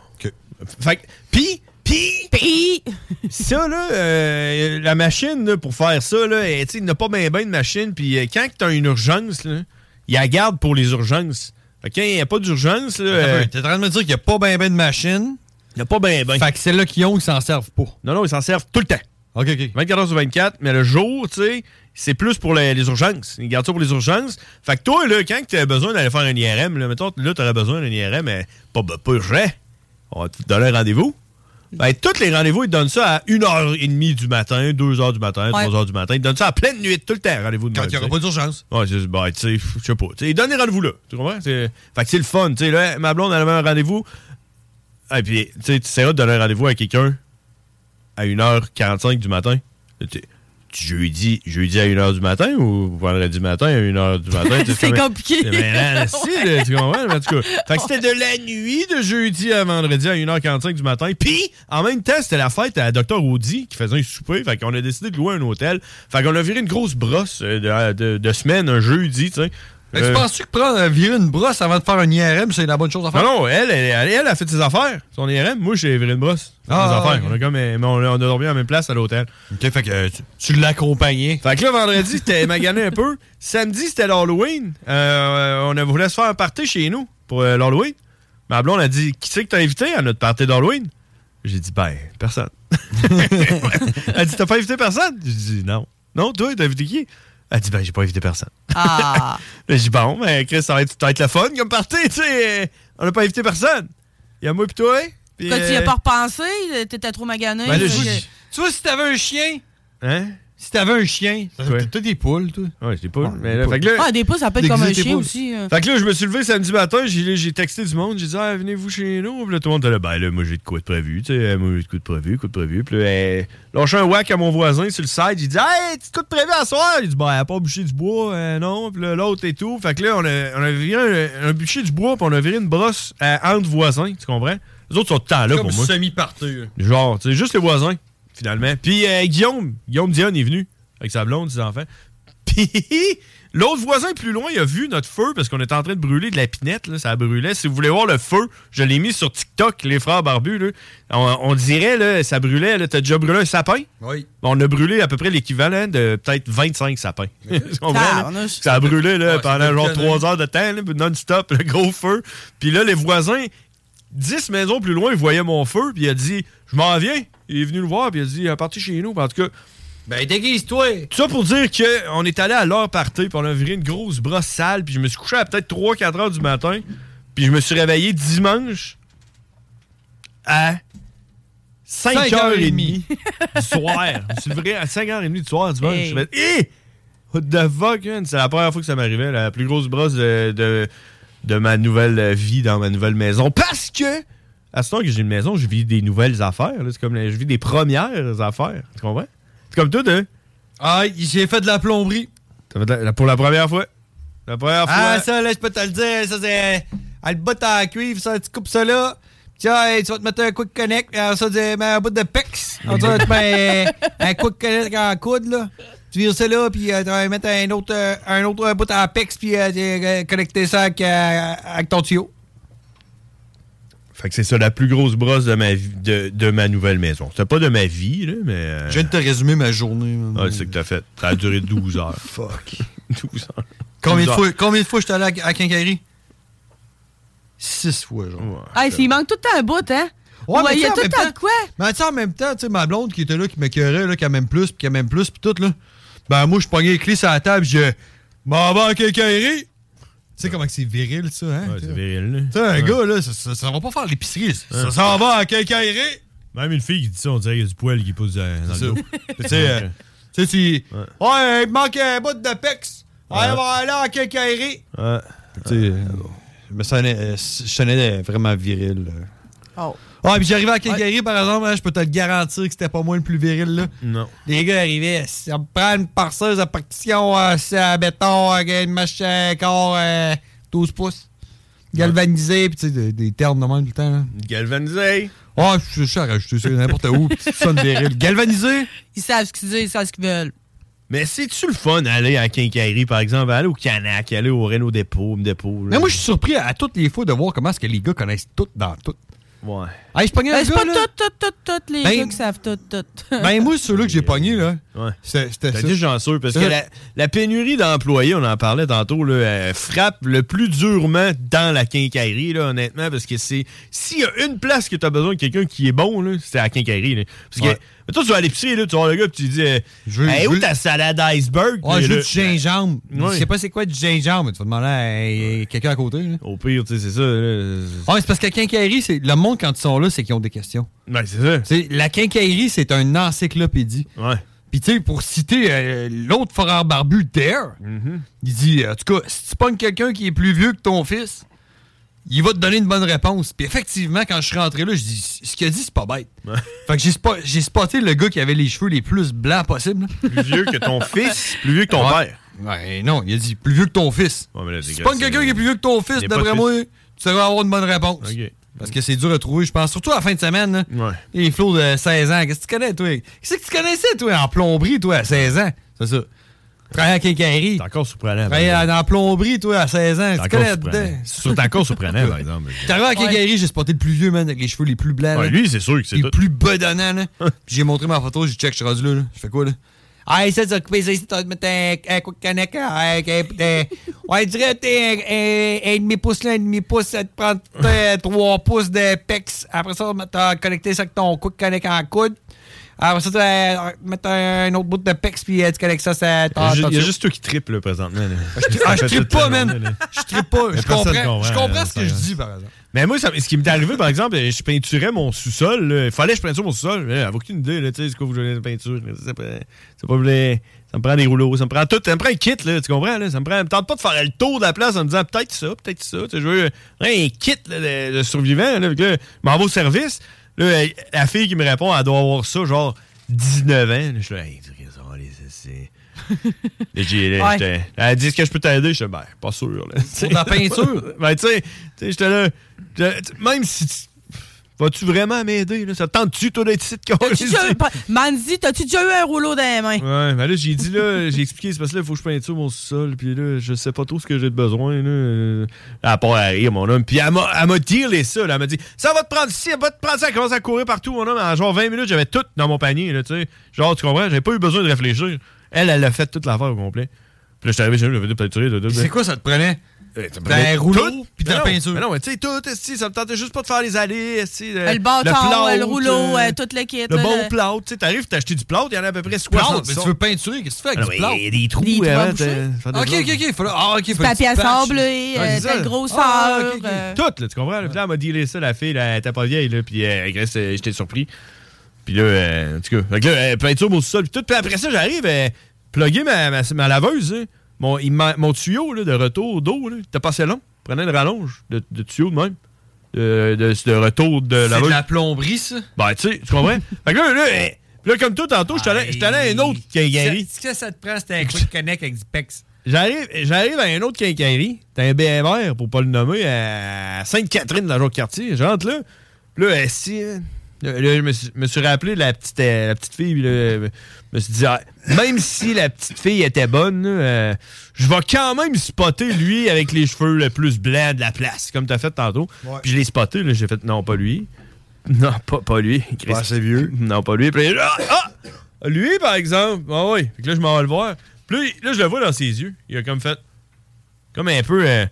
Speaker 8: Fait que- Puis, puis,
Speaker 21: puis,
Speaker 8: ça, là, euh, la machine, là, pour faire ça, là, elle, tu sais, il n'y a pas bien ben de machine. Puis euh, quand tu as une urgence, là, il la garde pour les urgences. Fait que quand il n'y a pas d'urgence, là. euh,
Speaker 19: Attends, T'es en train de me dire qu'il n'y a pas ben ben de machine.
Speaker 8: Il n'y a pas ben ben.
Speaker 19: Fait que celles-là qui ont, ils s'en servent pas.
Speaker 8: Non, non, ils s'en servent tout le temps.
Speaker 19: OK, OK.
Speaker 8: 24 heures sur 24, mais le jour, tu sais, c'est plus pour les, les urgences. Ils gardent ça pour les urgences. Fait que toi, là, quand tu as besoin d'aller faire un IRM, là, mettons, là, tu aurais besoin d'un IRM, mais pas, ben, pas urgent. On va te donner un rendez-vous. Ben, tous les rendez-vous, ils te donnent ça à 1h30 du matin, 2h du matin, 3h du matin. Ils te donnent ça à pleine nuit, tout le temps, rendez-vous de
Speaker 19: Quand
Speaker 8: même,
Speaker 19: il n'y aura
Speaker 8: tu sais.
Speaker 19: pas d'urgence.
Speaker 8: Ouais, c'est ben, tu sais, je sais pas. Tu sais, ils donnent les rendez-vous là. Tu comprends? C'est- Fait que c'est le fun. Tu sais, là, ma blonde, elle avait un rendez-vous Et Ah, puis, tu sais, tu essaieras de donner rendez-vous à quelqu'un à 1h45 du matin. Tu- tu- Jeudi, jeudi à 1h du matin ou vendredi matin à 1h
Speaker 10: (laughs)
Speaker 8: du matin? tu sais,
Speaker 10: C'est
Speaker 8: comme-
Speaker 10: compliqué.
Speaker 8: C'est bien là, si, là, tu comprends? Mais en tout cas, fait que c'était de la nuit de jeudi à vendredi à 1h45 du matin. Puis, en même temps, c'était la fête à Dr. Audi qui faisait un souper. Fait qu'on a décidé de louer un hôtel. Fait qu'on a viré une grosse brosse euh, de, de- de semaine, un jeudi, tu sais.
Speaker 5: Fait que
Speaker 8: Euh,
Speaker 5: tu penses-tu que prendre, euh, virer une brosse avant de faire un IRM, c'est la bonne chose à faire?
Speaker 8: non, non, elle, elle, elle, elle a fait ses affaires. Son IRM, moi, j'ai viré une brosse. Fait
Speaker 5: Ah,
Speaker 8: ses affaires.
Speaker 5: ok.
Speaker 8: On, a comme, euh, mais on, a- on a dormi à la même place à l'hôtel. OK, fait
Speaker 5: euh,
Speaker 8: que tu, l'accompagnais. Fait que là, vendredi,
Speaker 5: (laughs)
Speaker 8: c'était magané un peu. Samedi, c'était l'Halloween. Euh, on a voulu se faire un party chez nous pour euh, l'Halloween. Ma blonde a dit Qui c'est que t'as invité à notre party d'Halloween J'ai dit Ben, personne. (laughs) elle dit T'as pas invité personne J'ai dit Non. Non, toi, t'as invité qui Elle dit Ben, j'ai pas invité personne.
Speaker 10: Ah!
Speaker 8: Là, J'ai dit, bon, ben, Chris, ça va être peut-être le fun comme party, tu sais. euh, On n'a pas invité personne. Il y a moi pis toi. Pis,
Speaker 10: Quand tu y as
Speaker 8: euh,
Speaker 10: pas repensé, t'étais trop magané.
Speaker 8: Ben là,
Speaker 10: fait
Speaker 8: j'ai-
Speaker 10: que-
Speaker 5: Tu vois, si t'avais un chien,
Speaker 8: Hein?
Speaker 5: si t'avais un chien, t'as des poules, toi.
Speaker 8: Ouais, j'ai des poules. mais là, fait que là-
Speaker 10: Ah, des poules, ça peut être comme un chien aussi. euh.
Speaker 8: Fait que là, je me suis levé samedi matin, j'ai j'ai texté du monde, j'ai dit, ah, venez-vous chez nous. Puis là, tout le monde était là, ben là, moi, j'ai de quoi de prévu, tu sais, euh, moi, j'ai de quoi de prévu, quoi de prévu. Puis là, euh, lâché un whack à mon voisin sur le side, j'ai dit, hey, tu de quoi de prévu à soir? Il dit, ben, elle a pas bûché du bois, euh, non, puis là, l'autre et tout. Fait que là, on a, on a viré un, un bûcher du bois, puis on a viré une brosse à, entre voisins, tu comprends? Les autres sont tout le temps là
Speaker 5: Comme
Speaker 8: pour moi.
Speaker 5: semi-partout.
Speaker 8: Genre, tu sais, juste les voisins, finalement. Puis euh, Guillaume, Guillaume Dion est venu avec sa blonde, ses enfants. (laughs) Puis l'autre voisin plus loin, il a vu notre feu parce qu'on était en train de brûler de la pinette, là, ça brûlait. Si vous voulez voir le feu, je l'ai mis sur TikTok, les frères barbus. là. On, on dirait, là, ça brûlait. là. T'as déjà brûlé un sapin?
Speaker 5: Oui.
Speaker 8: On a brûlé à peu près l'équivalent de peut-être 25 sapins. (laughs) Tu comprends, là? ça a brûlé là, pendant genre
Speaker 5: canon.
Speaker 8: trois heures de temps, là, non-stop, le gros feu. Puis là, les voisins, dix maisons plus loin, ils voyaient mon feu, puis il a dit Je m'en viens. Il est venu le voir, puis il a dit Parti chez nous. Puis En tout cas,
Speaker 5: ben déguise-toi.
Speaker 8: Tout ça pour dire qu'on est allé à l'heure party, puis on a viré une grosse brosse sale, puis je me suis couché à peut-être 3-4 heures du matin, puis je me suis réveillé dimanche à
Speaker 5: 5 heures et
Speaker 8: 5h30 du soir. Je me suis levé à 5h30 du soir dimanche. Je Eh! me suis fait, Hé! What the fuck, man? C'est la première fois que ça m'arrivait, la plus grosse brosse de, de, de ma nouvelle euh, vie dans ma nouvelle maison. Parce que, à ce temps que j'ai une maison, je vis des nouvelles affaires. là. C'est comme, la- je vis des premières affaires. Tu comprends? C'est comme tout, hein?
Speaker 5: Ah, j'ai fait de la plomberie.
Speaker 8: T'as fait de la- pour la première fois? La première fois?
Speaker 5: Ah, ça, là, je peux te le dire. Ça, c'est. Elle te botte à la cuivre, ça, tu coupes ça là. Tiens, hey, tu vas te mettre un quick connect, euh, ça, tu mets un bout de pex. On va te mettre un, un quick connect en coude, là. Tu vires ça là, puis euh, tu vas mettre un autre, euh, un autre euh, bout à pex, puis euh, tu, euh, connecter ça avec, euh, avec ton tuyau.
Speaker 8: Fait que c'est ça, la plus grosse brosse de ma, vie- de, de ma nouvelle maison. C'était pas de ma vie, là, mais. euh,
Speaker 5: Je viens de te résumer ma journée.
Speaker 8: Ah, c'est ce que t'as fait. Ça a duré 12
Speaker 5: (laughs)
Speaker 8: heures. (laughs)
Speaker 5: Fuck.
Speaker 8: 12 heures.
Speaker 5: Combien de,
Speaker 8: 12
Speaker 5: fois,
Speaker 8: heures.
Speaker 5: combien de fois je suis allé à, à Quincaillerie? Six fois, genre.
Speaker 10: Hey, il manque tout le temps un bout, hein?
Speaker 5: Ouais, mais
Speaker 10: il y a
Speaker 5: tu
Speaker 10: tout le
Speaker 5: sais, en
Speaker 10: temps
Speaker 5: même
Speaker 10: de quoi?
Speaker 5: Mais tu sais, en même temps, tu sais, ma blonde qui était là, qui m'écœurait, là, qui a même plus, puis qui a même plus, puis tout, là. Ben, moi, je pognais les clés sur la table, je. M'en va à quincaillerie! Tu sais comment que c'est viril, ça, hein?
Speaker 8: Ouais, c'est viril, là.
Speaker 5: Tu sais, un
Speaker 8: Ouais.
Speaker 5: gars, là, ça, ça, ça va pas faire l'épicerie. ça.
Speaker 8: Ouais.
Speaker 5: Ça s'en va à quincaillerie!
Speaker 8: Même une fille qui dit ça, on dirait qu'il y a du poil qui pousse dans, dans
Speaker 5: C'est ça.
Speaker 8: le dos.
Speaker 5: (laughs) Tu sais, euh, tu sais, si. Ouais, il me manque un bout de pex! Ouais,
Speaker 8: Ouais.
Speaker 5: on va aller à quincaillerie!
Speaker 8: Ouais.
Speaker 5: Tu sais, euh, je me sonnais, euh, je sonnais vraiment viril, là.
Speaker 10: Oh.
Speaker 5: Ah, puis j'arrivais à Calgary, par exemple, hein, je peux te le garantir que c'était pas moi le plus viril, là.
Speaker 8: Non.
Speaker 5: Les gars arrivaient, ça me prend une parceuse à partition, euh, c'est à béton, euh, une machine corps euh, 12 pouces, galvanisé, puis tu sais, des, des termes de même tout le temps, là.
Speaker 8: Galvanisé!
Speaker 5: Ah, je suis à rajouter ça n'importe où, puis tu sonnes
Speaker 8: (laughs)
Speaker 5: viril. Galvanisé!
Speaker 10: Ils savent ce qu'ils disent, ils savent ce qu'ils veulent.
Speaker 8: Mais c'est-tu le fun d'aller à Quincaillerie, par exemple, aller au Canac, aller au Renault Dépôt, me dépôt. là?
Speaker 5: Mais moi, je suis surpris à, à toutes les fois de voir comment est-ce que les gars connaissent tout dans tout.
Speaker 8: Ouais.
Speaker 5: Hey, je pognais un
Speaker 10: Ben, c'est
Speaker 5: gars,
Speaker 10: pas
Speaker 5: là.
Speaker 10: toutes, toutes, toutes, toutes les
Speaker 5: Ben-
Speaker 10: gars qui savent toutes, toutes.
Speaker 5: Ben, moi, ceux-là que j'ai pognés, là.
Speaker 8: Ouais.
Speaker 5: C'était ça.
Speaker 8: T'as été chanceux parce que
Speaker 5: Ça-
Speaker 8: la, la pénurie d'employés, on en parlait tantôt, là, euh, frappe le plus durement dans la quincaillerie, là, honnêtement, parce que c'est s'il y a une place que t'as besoin de quelqu'un qui est bon, là, c'est à la quincaillerie. là. Parce que
Speaker 5: Ouais.
Speaker 8: mais toi, tu vas à l'épicerie, là, tu vois le gars, puis tu dis euh,
Speaker 14: Ben,
Speaker 8: Hey,
Speaker 5: je
Speaker 8: où
Speaker 5: veux-
Speaker 8: ta salade iceberg?
Speaker 5: Ouais,
Speaker 8: Puis
Speaker 5: je veux
Speaker 8: là-
Speaker 5: du gingembre.
Speaker 8: Ouais.
Speaker 5: Je sais pas c'est quoi du gingembre. Tu vas demander à euh, quelqu'un à côté. là.
Speaker 8: Au pire, tu sais, c'est ça. là.
Speaker 5: Ah, mais c'est parce que la quincaillerie, c'est... le monde, quand ils sont là, c'est qu'ils ont des questions.
Speaker 8: Ouais, c'est ça.
Speaker 5: Tu sais, la quincaillerie, c'est une encyclopédie.
Speaker 8: Ouais.
Speaker 5: Puis, tu sais, pour citer euh, l'autre frère barbu, Dare, il dit En tout cas, si tu pognes quelqu'un qui est plus vieux que ton fils,
Speaker 8: il va te donner une bonne réponse. Puis effectivement, quand je suis rentré là, je dis ce qu'il a dit, c'est pas bête. fait que j'ai, spo- j'ai spoté le gars qui avait les cheveux les plus blancs possibles. Plus
Speaker 2: vieux que
Speaker 8: (laughs)
Speaker 2: ton fils, plus vieux que ton père.
Speaker 8: Ouais, non, il a dit plus vieux que ton fils. Si c'est pas quelqu'un qui est plus vieux que ton fils,
Speaker 2: Il n'y a pas de
Speaker 8: d'après
Speaker 2: fils.
Speaker 8: moi, tu vas avoir une bonne réponse.
Speaker 2: Ok.
Speaker 8: Parce que c'est dur à trouver, je pense. Surtout à la fin de semaine. hein. là. Les flots de 16 euh, ans, qu'est-ce que tu connais, toi? Qu'est-ce que tu connaissais, toi, en plomberie, toi, à 16 ans? C'est ça. Travailler à quincaillerie. T'es
Speaker 2: encore surprenant.
Speaker 8: Travailler en en plomberie, toi, à 16 ans. Tu
Speaker 2: encore
Speaker 8: connais
Speaker 2: surprenant.
Speaker 8: dedans?
Speaker 2: Sur- t'es encore surprenant, par exemple.
Speaker 8: Travailler à quincaillerie, j'ai spoté le plus vieux, man, avec les cheveux les plus blancs.
Speaker 2: Ouais,
Speaker 8: là.
Speaker 2: lui, c'est sûr que c'est
Speaker 8: Les
Speaker 2: tout.
Speaker 8: plus bedonnants, là. Puis j'ai montré ma photo, j'ai check, je suis rendu là, là. Je fais quoi, là? Ah, ça, tu as coupé ça ici, t'as mis un un coup de canec, là. Ouais, ok, putain. Ouais, je dirais, t'es un un- un demi-pouce là, un demi-pouce, ça te prend euh, trois pouces de pecs. Après ça, t'as connecté ça avec ton coup de canec en coude. Après ça, t'as mettre un autre bout de pecs, puis euh, tu connectes ça, ça
Speaker 2: Il y a ju- il y a juste toi qui tripe, là, présentement. là.
Speaker 8: Ah, je
Speaker 2: Ça fait
Speaker 8: tripe
Speaker 2: toute la
Speaker 8: pas,
Speaker 2: journée,
Speaker 8: man.
Speaker 2: là.
Speaker 8: Je tripe pas.
Speaker 2: Mais
Speaker 8: Je
Speaker 2: personne
Speaker 8: comprends. Je
Speaker 2: comprend,
Speaker 8: comprends ce
Speaker 2: c'est
Speaker 8: que je
Speaker 2: pas
Speaker 8: dis,
Speaker 2: grave.
Speaker 8: par exemple.
Speaker 2: Mais moi, ça- ce qui m'est arrivé, par exemple, je peinturais mon sous-sol. là. Il fallait que je peinture mon sous-sol. Mais J'avais aucune idée, là, tu sais, c'est quoi vous jouez de peinture. là. C'est pas, c'est pas vrai. Ça me prend des rouleaux, ça me prend tout. Ça me prend un kit, là, tu comprends? Là? Ça me prend. me tente pas de faire le tour de la place en me disant peut-être ça, peut-être ça. Tu sais, je veux euh, un kit là, de, de survivant. Là, Fait que là, je m'en vais au service. Là, elle- la fille qui me répond, elle doit avoir ça, genre 19 ans. Là, je suis là, Hey, tu sais, ça, allez, ça, c'est. Là, j'ai- là,
Speaker 8: Ouais.
Speaker 2: j'étais- Elle dit, est-ce que je peux t'aider? Je suis ben, pas sûr. Là.
Speaker 8: Pour ta peinture?
Speaker 2: ben, tu sais, tu sais, j'étais là. j'étais- tu- Même si. tu- Vas-tu vraiment m'aider? Là? Ça te tente-tu, toi, d'être ici de
Speaker 10: T'as-tu déjà eu- pa- Mandy, t'as-tu déjà eu un rouleau dans les mains?
Speaker 2: Ouais, mais là, j'ai dit, là, (laughs) j'ai expliqué, c'est parce que là, il faut que je peinture mon sous-sol, puis là, je sais pas trop ce que j'ai de besoin, là. Euh, À part à rire, mon homme. Puis elle m'a elle m'a dealé ça, là. Elle m'a dit, ça va te prendre ci, ça va te prendre ça. Elle commence à courir partout, mon homme. En genre 20 minutes, j'avais tout dans mon panier, là, tu sais. Genre, tu comprends? J'avais pas eu besoin de réfléchir. Elle, elle a fait toute l'affaire au complet. Puis là, j'étais arrivé chez lui, j'avais peinturé.
Speaker 8: C'est quoi ça te prenait?
Speaker 2: Ben. ça me
Speaker 8: Dans
Speaker 2: prenait
Speaker 8: un rouleau,
Speaker 2: tout.
Speaker 8: puis de la
Speaker 2: Mais non,
Speaker 8: peinture.
Speaker 2: mais non, mais tu sais, tout, esti, ça me tentait juste pas de faire les allées, esti, euh,
Speaker 10: le bâton,
Speaker 2: plâtre,
Speaker 10: euh, le rouleau,
Speaker 2: euh,
Speaker 10: euh, tout le kit.
Speaker 2: le
Speaker 10: là,
Speaker 2: bon plâtre, tu sais, t'arrives, t'as acheté du plâtre, il y en a à peu près 60
Speaker 8: mais tu
Speaker 2: sortes.
Speaker 8: veux peinturer, qu'est-ce que tu fais avec
Speaker 2: Ah
Speaker 8: du
Speaker 2: oui,
Speaker 8: plâtre?
Speaker 2: il y a des trous, Il y a des euh, trous à
Speaker 8: ok,
Speaker 2: boucher. euh, faire des
Speaker 8: ok,
Speaker 2: plâtres.
Speaker 8: ok, faut, ah, ok, faut
Speaker 10: papier à sable, euh,
Speaker 2: Ouais, c'est ça.
Speaker 10: telle grosseur.
Speaker 2: Ah, ok, ok.
Speaker 10: euh,
Speaker 2: Tout, là, tu comprends? Là, Puis là, elle m'a dealé ça, la fille, là, elle était pas vieille, là, puis euh, Grèce, euh, j'étais surpris. Puis là, euh, en tout cas, fait que là, euh, peinture, mon sous-sol, puis tout. Puis après ça, j'arrive à plugger ma, ma, ma laveuse, hein. mon, il m'a- mon tuyau là, de retour d'eau, là, t'as passé long, prenais une rallonge de, de tuyau de même. De, de, de retour de
Speaker 8: C'est
Speaker 2: laveuse.
Speaker 8: de Euh, la plomberie, ça?
Speaker 2: Ben, tu sais, tu comprends? fait que là, là, euh, puis là, comme tout tantôt, j'étais allé j'étais allé à un autre qui a guéri.
Speaker 8: Ce que ça te prend, c'était un quick connect avec du pex.
Speaker 2: J'arrive, j'arrive à un autre quincaillerie. T'as un BMR, pour pas le nommer, à Sainte-Catherine, dans le quartier. J'entre là. Puis Là, assis, hein. Là, là, je me suis, me suis rappelé la petite, euh, la petite fille. puis là, Je me suis dit, ah, même si la petite fille était bonne, là, euh, je vais quand même spotter lui avec les cheveux le plus blancs de la place, comme t'as fait tantôt.
Speaker 16: Ouais.
Speaker 2: Puis je l'ai spoté. là, J'ai fait, non, pas lui. Non, pas, pas lui. Chris.
Speaker 16: Pas assez vieux.
Speaker 2: Non, pas lui. Puis là, ah, ah! Lui, par exemple. Ah oui. Fait que là, je m'en vais le voir. Puis là, il- là, je le vois dans ses yeux. Il a comme fait. Comme un peu. euh,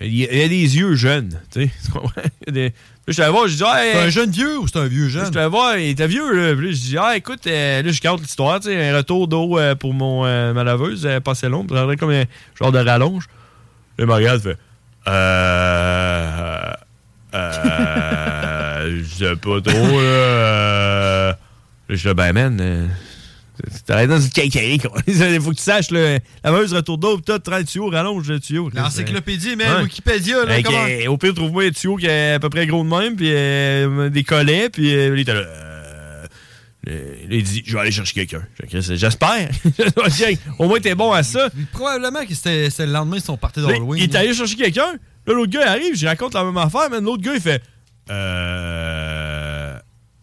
Speaker 2: il y a, il y a des yeux jeunes, tu sais. tu comprends? (laughs) Il y a des- Là, je suis allé voir, je dis, hey,
Speaker 8: C'est un jeune vieux ou c'est un vieux jeune?
Speaker 2: Je suis allé voir, il était vieux, là. Puis là, je dis, ah, écoute, euh, là, je compte l'histoire, tu sais, un retour d'eau euh, pour mon, euh, ma laveuse, euh, pas assez long, puis ça aurait comme un genre de rallonge. Là, il me regarde, il fait, euh. euh, je sais pas trop, là. euh. Là, je suis là, ben, man, euh, T'arrêtes dans une quincaillerie, quoi. (laughs) Il faut que tu saches, là, la laveuse retour d'eau, pis t'as 30 tuyaux, rallonge le tuyau.
Speaker 8: L'encyclopédie, man, Wikipédia, là,
Speaker 2: Fait que,
Speaker 8: comment-
Speaker 2: euh, Au pire, trouve-moi un tuyau qui est à peu près gros de même, puis euh, des collets, puis euh, il était là. euh, euh, là, il dit, je vais aller chercher quelqu'un. Fait que c'est- J'espère. (laughs) Au moins, t'es bon à ça.
Speaker 8: Probablement que c'était c'était le lendemain, ils sont partis dans
Speaker 2: Là,
Speaker 8: le
Speaker 2: il est allé chercher quelqu'un. Là, l'autre gars arrive, je raconte la même affaire, man. L'autre gars, il fait. Euh.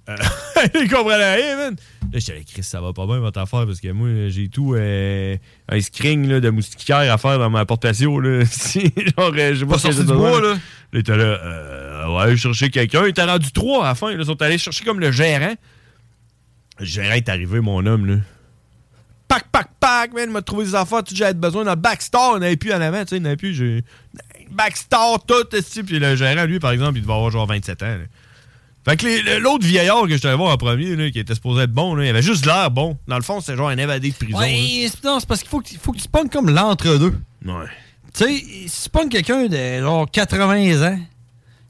Speaker 2: euh, (laughs) il comprenait rien, man. Là, j'étais Chris, ça va pas bien votre affaire parce que moi, j'ai tout euh, un screen là, de moustiquaire à faire dans ma porte patio. Là. (laughs) Si, Genre, euh, je sais
Speaker 8: Pas
Speaker 2: pas ce que
Speaker 8: sorti
Speaker 2: j'ai
Speaker 8: du
Speaker 2: besoin,
Speaker 8: bois, là.
Speaker 2: Il était là, euh, ouais, je cherchais quelqu'un. Il était rendu trois à la fin. là. Ils sont allés chercher comme le gérant. Le gérant est arrivé, mon homme, là. Pac, pac, pac, man, il m'a trouvé des affaires, tout j'avais besoin. Dans Backstore, on n'avait plus en avant, tu sais, il n'y en avait plus. j'ai- Backstore, tout, esti. Puis le gérant, lui, par exemple, il devait avoir genre 27 ans. là. Fait que les- le- l'autre vieillard que je t'avais voir en premier, là, qui était supposé être bon, là, il avait juste l'air bon. Dans le fond, c'était genre un évadé de prison. là.
Speaker 8: Ouais, c'est- non, c'est parce qu'il faut que, tu- faut que tu pognes comme l'entre-deux.
Speaker 2: Ouais.
Speaker 8: Tu sais, si tu pognes quelqu'un de genre 80 ans,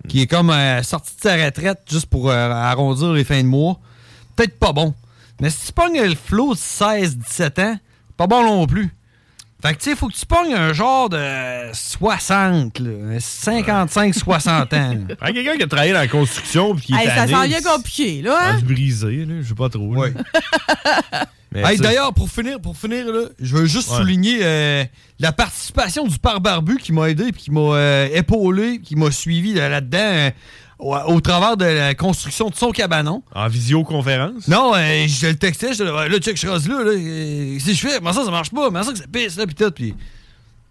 Speaker 8: qui est comme euh, sorti de sa retraite juste pour euh, arrondir les fins de mois, peut-être pas bon. Mais si tu pognes le flot de 16-17 ans, pas bon non plus.
Speaker 22: Fait que, tu sais, faut que tu pognes un genre de 60, là, 55-60 ans. là.
Speaker 2: Ah, quelqu'un qui a travaillé dans la construction puis qui
Speaker 8: Hey,
Speaker 2: est
Speaker 8: ça
Speaker 2: tanné,
Speaker 8: sent bien compliqué, là.
Speaker 2: ça
Speaker 8: hein?
Speaker 2: va se briser, là, je sais pas trop. là. (laughs) Mais
Speaker 22: Hey,
Speaker 2: tu sais-
Speaker 22: D'ailleurs, pour finir, pour finir là, je veux juste
Speaker 2: Ouais.
Speaker 22: souligner euh, la participation du père barbu qui m'a aidé, puis qui m'a euh, épaulé, puis qui m'a suivi là- là-dedans euh, au, au travers de la construction de son cabanon.
Speaker 2: En visioconférence?
Speaker 22: Non, euh, je le textais, je disais, là, check, je rase là, là euh, si je fais, mais ça, ça marche pas, mais ça, que ça pisse, là, puis tout, puis...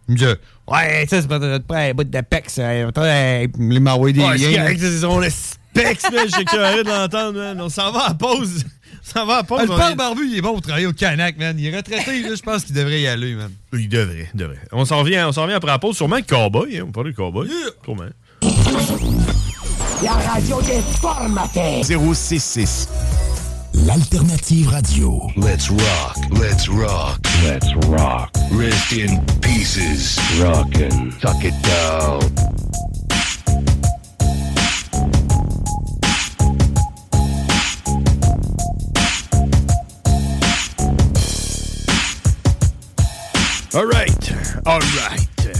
Speaker 22: Il me disait, ouais, ça, c'est pas notre prêt, bout de pex, euh, attends, euh, puis il m'a envoyé des
Speaker 2: Ouais, c'est
Speaker 22: liens.
Speaker 2: correct,
Speaker 22: là.
Speaker 2: c'est son specs, là, j'ai curé de l'entendre, man. On s'en va à pause. On s'en va à pause.
Speaker 22: Ah, le
Speaker 2: on
Speaker 22: père
Speaker 2: est-
Speaker 22: barbu, il est bon pour travailler au Canac, man. Il est retraité, là, je pense qu'il devrait y aller, man.
Speaker 2: Il devrait, il devrait. On s'en revient, on s'en revient après la pause. Sûrement le cowboy, hein, on parle du cowboy. Sûrement.
Speaker 23: La radio des formateurs.
Speaker 16: 066. L'alternative radio.
Speaker 24: Let's rock. Let's rock. Let's rock. Rest in pieces. Rockin'. Tuck it down.
Speaker 2: All right, all right.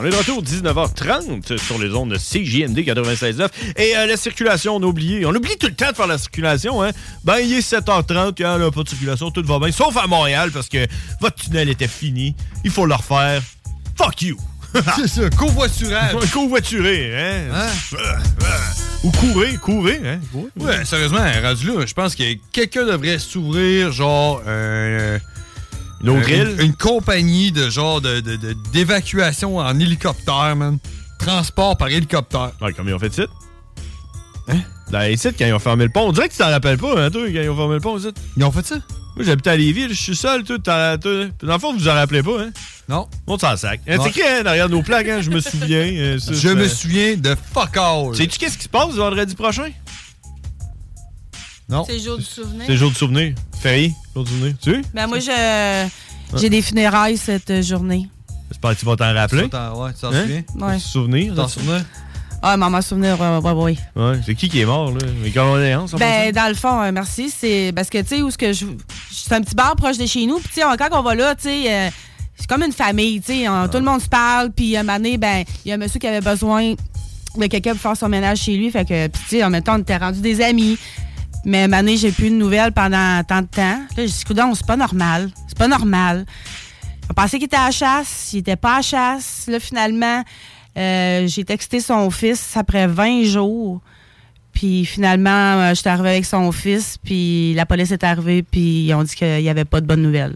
Speaker 2: On est de retour 19h30 sur les ondes de CJMD 96.9. Et euh, la circulation, on a oublié. On oublie tout le temps de faire la circulation. Hein? Ben, il est 7h30, il n'y a hein, pas de circulation, tout va bien. Sauf à Montréal, parce que votre tunnel était fini. Il faut le refaire. Fuck you!
Speaker 22: (laughs) C'est ça,
Speaker 2: (laughs)
Speaker 22: covoiturage.
Speaker 2: Covoituré, hein? Ou courez, courez, hein?
Speaker 22: Ouais, sérieusement, rendu là, je pense que quelqu'un devrait s'ouvrir, genre, euh,
Speaker 2: Une autre
Speaker 22: euh,
Speaker 2: île?
Speaker 22: Une, une compagnie de genre de- de- de- d'évacuation en hélicoptère, man. Transport par hélicoptère.
Speaker 2: Ouais, comme ils ont fait ça. Hein? Dans les sites, quand ils ont fermé le pont, on dirait que tu t'en rappelles pas, hein, toi, quand ils ont fermé le pont, c'est-
Speaker 22: Ils ont fait ça?
Speaker 2: Moi, j'habitais à Lévis, là, je suis seul, tout. t'en- toi, hein. Puis Dans le fond, vous vous en rappelez pas, hein?
Speaker 22: Non.
Speaker 2: On s'en sac. Hein,
Speaker 22: Ouais.
Speaker 2: C'est écrit, hein, derrière nos plaques, hein, je me souviens. euh, ça,
Speaker 22: Je
Speaker 2: ça-
Speaker 22: me souviens de fuck all.
Speaker 2: Sais-tu qu'est-ce qui se passe vendredi prochain?
Speaker 8: Hein?
Speaker 22: Non.
Speaker 8: C'est le jour du souvenir.
Speaker 2: C'est le jour du souvenir. Férié, jour du souvenir. Tu sais?
Speaker 8: Ben, moi, je. J'ai des funérailles cette euh, journée.
Speaker 2: J'espère que tu vas t'en rappeler.
Speaker 22: Tu t'en- ouais, tu t'en
Speaker 2: Hein?
Speaker 22: souviens?
Speaker 2: Tu
Speaker 8: Ouais.
Speaker 2: te souvenir?
Speaker 22: T'en
Speaker 2: de ça?
Speaker 22: souviens?
Speaker 8: Ah, maman souvenir, ouais, ouais, ouais, ouais.
Speaker 2: Ouais. C'est qui qui est mort, là? Mes condoléances, en
Speaker 8: Ben, dans le fond, euh, merci. C'est parce que, tu sais, où ce que je. C'est un petit bar proche de chez nous. Puis, tu sais, quand on va là, tu sais. euh, c'est comme une famille, tu sais. hein, Tout le monde se parle. Puis, un moment donné, ben, il y a un monsieur qui avait besoin de quelqu'un pour faire son ménage chez lui. Fait que, puis, tu sais, en même temps, on était rendus des amis. Mais, un moment donné, j'ai plus de nouvelles pendant tant de temps. Là, j'ai dit, coudonc, c'est pas normal. C'est pas normal. On pensait qu'il était à la chasse. Il était pas à la chasse. Là, finalement, euh, j'ai texté son fils après 20 jours. Puis finalement, euh, j'étais arrivée avec son fils, puis la police est arrivée, puis ils ont dit qu'il n'y avait pas de bonnes nouvelles.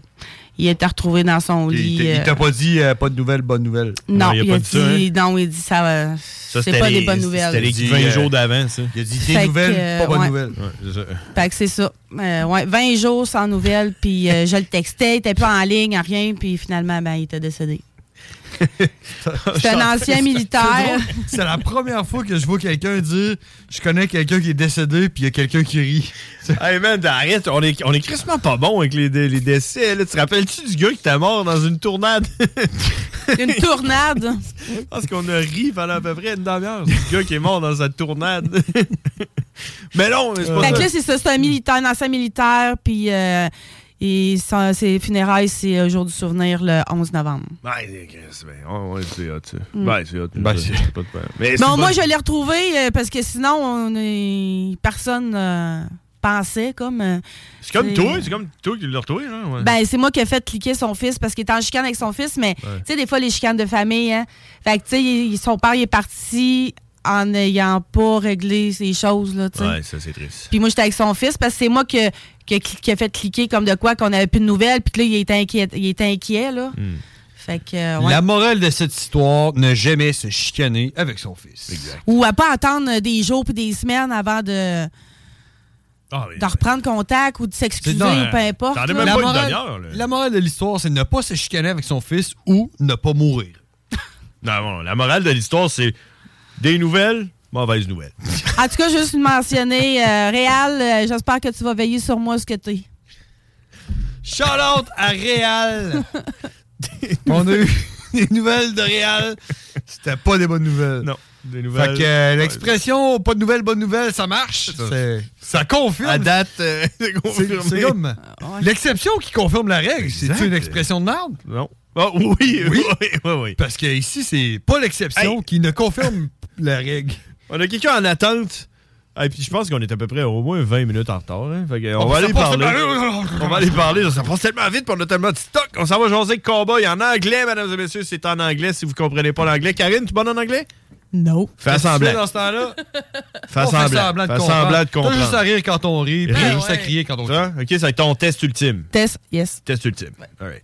Speaker 8: Il était retrouvé dans son
Speaker 22: Il
Speaker 8: lit.
Speaker 22: t'a- il t'a
Speaker 8: euh,
Speaker 22: pas dit euh, pas de nouvelles, bonnes nouvelles.
Speaker 8: non, il, a, dit,
Speaker 22: ça, hein?
Speaker 8: non, il dit ça, euh,
Speaker 22: Ça,
Speaker 8: c'est
Speaker 22: c'était
Speaker 8: pas
Speaker 22: les-
Speaker 8: des bonnes
Speaker 22: c'était
Speaker 8: nouvelles.
Speaker 2: C'était les
Speaker 22: Dit,
Speaker 2: 20
Speaker 22: euh,
Speaker 2: jours d'avant, ça.
Speaker 22: Il a dit
Speaker 8: Fait que, euh, ouais.
Speaker 2: Ouais, c'est ça.
Speaker 8: Fait que c'est ça. Euh, ouais, 20 jours sans nouvelles, puis euh, je le textais, il était pas en ligne, en rien, puis finalement, ben, il était décédé. (laughs) C'est
Speaker 22: (laughs)
Speaker 8: un ancien militaire.
Speaker 22: C'est drôle. C'est la première fois que je vois quelqu'un dire Je connais quelqu'un qui est décédé, puis il y a quelqu'un qui rit. (laughs)
Speaker 2: Hey man, arrête, on est, on est crissement pas bon avec les, dé- les décès. Là. Tu te rappelles-tu du gars qui était mort dans une tournade? (laughs)
Speaker 8: une (laughs) tournade?
Speaker 2: Parce qu'on a ri pendant à peu près une demi-heure. Du gars qui est mort dans sa tournade. (laughs) mais non, mais c'est pas
Speaker 8: Fait que là,
Speaker 2: ça.
Speaker 8: c'est ça, c'est un militaire, un ancien militaire, puis euh, et son- ses funérailles, c'est euh, jour du souvenir, le 11 novembre.
Speaker 2: Ouais, c'est- ben, on- ouais, c'est hot, ça.
Speaker 8: Mm.
Speaker 2: Ben, c'est hot.
Speaker 22: Ben,
Speaker 2: c'est
Speaker 22: c'est-
Speaker 2: pas de problème.
Speaker 8: Bon,
Speaker 2: Mais c'est
Speaker 8: moi,
Speaker 2: pas-
Speaker 8: je l'ai retrouvé euh, parce que sinon, on est... personne euh, pensait comme. euh,
Speaker 2: C'est comme
Speaker 8: c'est-
Speaker 2: toi, c'est comme toi qui l'as retrouvé. Hein, ouais.
Speaker 8: Ben, c'est moi qui ai fait cliquer son fils parce qu'il était en chicane avec son fils, mais
Speaker 2: Ouais.
Speaker 8: tu sais, des fois, les chicanes de famille, hein. Fait que, tu sais, il- son père, il est parti en n'ayant pas réglé ces choses, là, tu sais.
Speaker 2: ouais, ça c'est triste.
Speaker 8: Puis moi, j'étais avec son fils parce que c'est moi que, que- qui a fait cliquer comme de quoi qu'on n'avait plus de nouvelles. Puis que là, il était inquiet, il était inquiet là. Fait que, euh, ouais.
Speaker 22: Hmm. La morale de cette histoire, ne jamais se chicaner avec son fils.
Speaker 8: Ou à pas attendre euh, des jours puis des semaines avant de,
Speaker 2: Ah,
Speaker 8: de reprendre contact ou de s'excuser,
Speaker 22: non, hein.
Speaker 8: peu importe.
Speaker 22: t'en as
Speaker 8: là.
Speaker 22: même pas une demi-heure, là. La morale de l'histoire, c'est ne pas se chicaner avec son fils ou ne pas mourir.
Speaker 2: Non, bon, la morale de l'histoire, c'est des nouvelles, mauvaises nouvelles.
Speaker 8: En tout cas, juste mentionner, euh, Réal, euh, j'espère que tu vas veiller sur moi ce que t'es.
Speaker 22: Shout out à Réal! (laughs) On a eu des nouvelles de Réal. C'était pas des bonnes nouvelles.
Speaker 2: Non, des
Speaker 22: Fait que euh, l'expression pas de nouvelles, bonnes nouvelles, ça marche. C'est- Ça confirme. À date, euh, (laughs)
Speaker 2: confirmé.
Speaker 22: c'est comme l'exception qui confirme la règle. C'est
Speaker 2: Exact.
Speaker 22: une expression de Ah, merde?
Speaker 2: Non. oui,
Speaker 22: (laughs)
Speaker 2: oui, oui,
Speaker 5: Parce que ici, c'est pas l'exception qui ne confirme la règle.
Speaker 2: On a quelqu'un en attente. Ah, Et puis je pense qu'on est à peu près au moins 20 minutes en retard. hein. Fait que on,
Speaker 5: Oh,
Speaker 2: va
Speaker 5: ça
Speaker 2: aller
Speaker 5: passe
Speaker 2: parler.
Speaker 5: tellement-
Speaker 2: on va aller parler. Ça passe tellement vite, puis on a tellement de stock. On s'en va jaser de cowboy en anglais, mesdames et messieurs. C'est en anglais si vous comprenez pas l'anglais. Karine, tu es bonne en anglais?
Speaker 25: Non.
Speaker 2: Fais
Speaker 5: Qu'est-ce que tu
Speaker 2: semblant.
Speaker 5: fais dans ce temps-là?
Speaker 2: Fais
Speaker 5: (laughs) On
Speaker 2: semblant.
Speaker 5: Fait semblant de
Speaker 2: Fais
Speaker 5: comprendre.
Speaker 2: semblant de
Speaker 5: T'as juste
Speaker 2: comprendre.
Speaker 5: à rire quand on rit, puis t'as juste à crier quand on crie.
Speaker 2: Ça? Ok, ça va être ton test ultime.
Speaker 25: Test, yes.
Speaker 2: Test ultime. All right.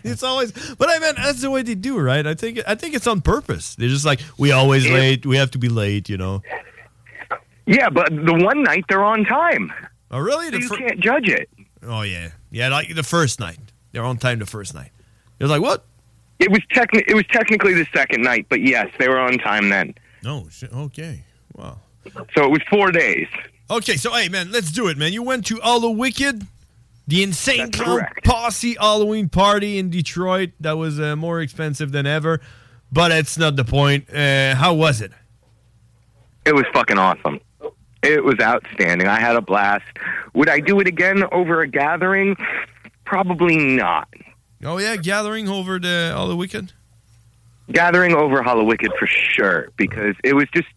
Speaker 2: it's always, but I mean, that's the way they do, right? I think I think it's on purpose. They're just like we always
Speaker 8: Yeah.
Speaker 2: late. We have to be late, you know.
Speaker 8: yeah, but the one night they're on time.
Speaker 2: Oh, really?
Speaker 8: So you can't judge it.
Speaker 2: Oh yeah, yeah. Like the first night, they're on time. The first night, it was like what?
Speaker 8: It was techni- It was technically the second night, but yes, they were on time then.
Speaker 2: No, shit. Okay, wow.
Speaker 8: So it was four days.
Speaker 2: Okay, so hey man, let's do it, man. You went to All the Wicked, the Insane Clown Posse Halloween party in Detroit. That was uh, more expensive than ever, but it's not the point. Uh, how was it?
Speaker 8: It was fucking awesome. It was outstanding. I had a blast. Would I do it again over a gathering? Probably not.
Speaker 2: Oh yeah, gathering over the All the Wicked.
Speaker 8: Gathering over Hollow Wicked for sure because it was just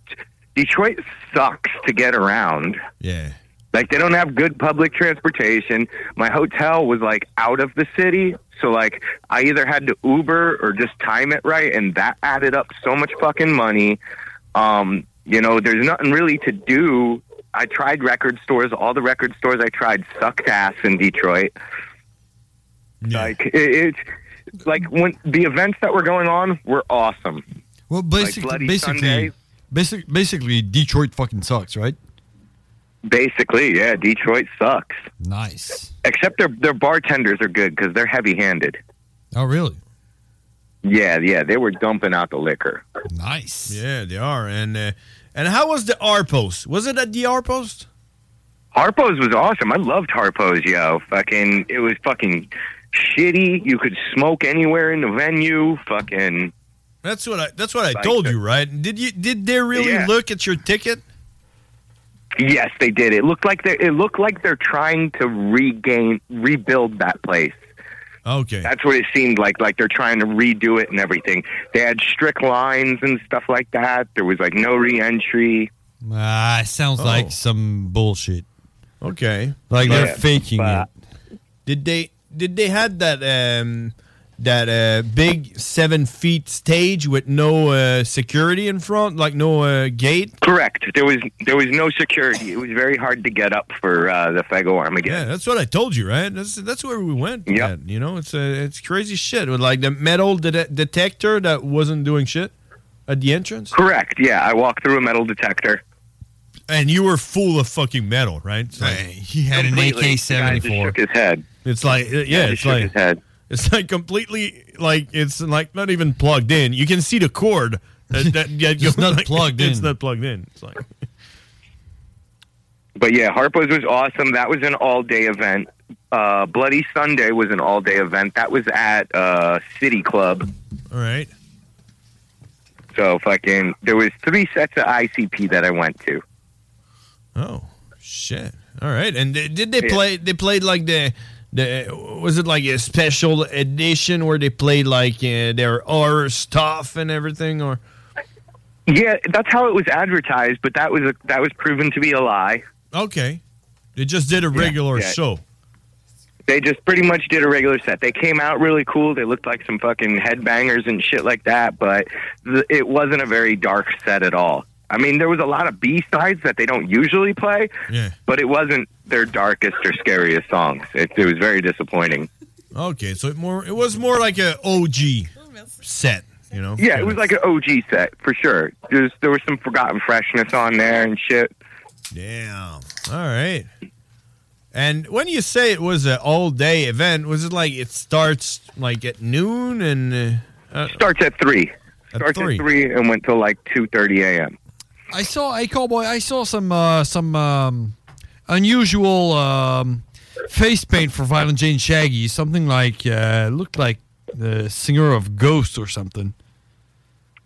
Speaker 8: Detroit sucks to get around.
Speaker 2: Yeah.
Speaker 8: Like they don't have good public transportation. My hotel was like out of the city, so like I either had to Uber or just time it right, and that added up so much fucking money. Um, you know, there's nothing really to do. I tried record stores. All the record stores I tried sucked ass in Detroit. Like it, it's like when the events that were going on were awesome.
Speaker 5: Well, basically,
Speaker 8: Bloody
Speaker 5: basically,
Speaker 8: Sunday.
Speaker 5: basic, basically, Detroit fucking sucks, right?
Speaker 8: Basically, yeah, Detroit sucks.
Speaker 5: Nice.
Speaker 8: Except their their bartenders are good because they're heavy handed.
Speaker 5: Oh, really?
Speaker 8: Yeah, yeah, they were dumping out the liquor.
Speaker 5: Nice.
Speaker 2: Yeah, they are. And uh, and how was the R post? Was it at the R post?
Speaker 8: Harpo's was awesome. I loved Harpo's, yo. Fucking, it was fucking shitty. You could smoke anywhere in the venue. Fucking,
Speaker 2: That's what I. That's what I
Speaker 8: Like
Speaker 2: told
Speaker 8: the-
Speaker 2: you, right? Did you? Did they really
Speaker 8: Yeah.
Speaker 2: look at your ticket?
Speaker 8: yes, they did. It looked like they. It looked like they're trying to regain, rebuild that place.
Speaker 2: Okay.
Speaker 8: That's what it seemed like. Like they're trying to redo it and everything. They had strict lines and stuff like that. There was like no re-entry.
Speaker 5: Ah, it sounds like some bullshit.
Speaker 2: Oh. Okay.
Speaker 5: Like
Speaker 2: Yeah,
Speaker 5: they're faking
Speaker 2: but-
Speaker 5: it.
Speaker 2: Did they? Did they had that um that uh big seven feet stage with no uh, security in front, like no uh, gate?
Speaker 8: Correct. There was there was no security. It was very hard to get up for uh, the Fego Armageddon.
Speaker 2: Yeah, that's what I told you, right? That's that's where we went. Yeah. You know, it's uh, it's crazy shit with like the metal de- detector that wasn't doing shit at the entrance.
Speaker 8: Correct. Yeah, I walked through a metal detector.
Speaker 2: And you were full of fucking metal, right? It's like-
Speaker 5: he had an AK-74.
Speaker 8: Shook his head.
Speaker 2: It's like uh, yeah,
Speaker 8: he
Speaker 2: it's
Speaker 8: shook
Speaker 2: like
Speaker 8: his head.
Speaker 2: it's like completely like it's like not even plugged in. You can see the cord. That, that, that
Speaker 5: It's
Speaker 2: goes,
Speaker 5: not
Speaker 2: (laughs) like,
Speaker 5: plugged
Speaker 2: It's
Speaker 5: in.
Speaker 2: not plugged in. It's like
Speaker 8: But yeah, Harpo's was awesome. That was an all day event. Uh, Bloody Sunday was an all day event. That was at uh, City Club.
Speaker 2: all right.
Speaker 8: So fucking, there was three sets of ICP that I went to.
Speaker 2: Oh shit! All right, and they, did they play? They played like the the was it like a special edition where they played like uh, their horror stuff and everything, or
Speaker 8: Yeah, that's how it was advertised, but that was a, that was proven to be a lie.
Speaker 2: okay, they just did a
Speaker 8: Yeah,
Speaker 2: regular
Speaker 8: yeah.
Speaker 2: show.
Speaker 8: They just pretty much did a regular set. They came out really cool. They looked like some fucking headbangers and shit like that, but th- it wasn't a very dark set at all. I mean, there was a lot of B sides that they don't usually play,
Speaker 2: Yeah.
Speaker 8: but it wasn't their darkest or scariest songs. It, it was very disappointing.
Speaker 2: Okay, so it more it was more like a OG set, you know?
Speaker 8: Yeah, it was like an OG set for sure. There's, there was some forgotten freshness on there and shit.
Speaker 2: Damn. All right. And when you say it was an all day event, was it like it starts like at noon and uh, uh,
Speaker 8: starts at three? Starts at three and went till like two thirty a.m.
Speaker 14: I saw, hey cowboy, I saw some uh, some um, unusual um, face paint for Violent Jane Shaggy. Something like uh, looked like the singer of Ghost or something.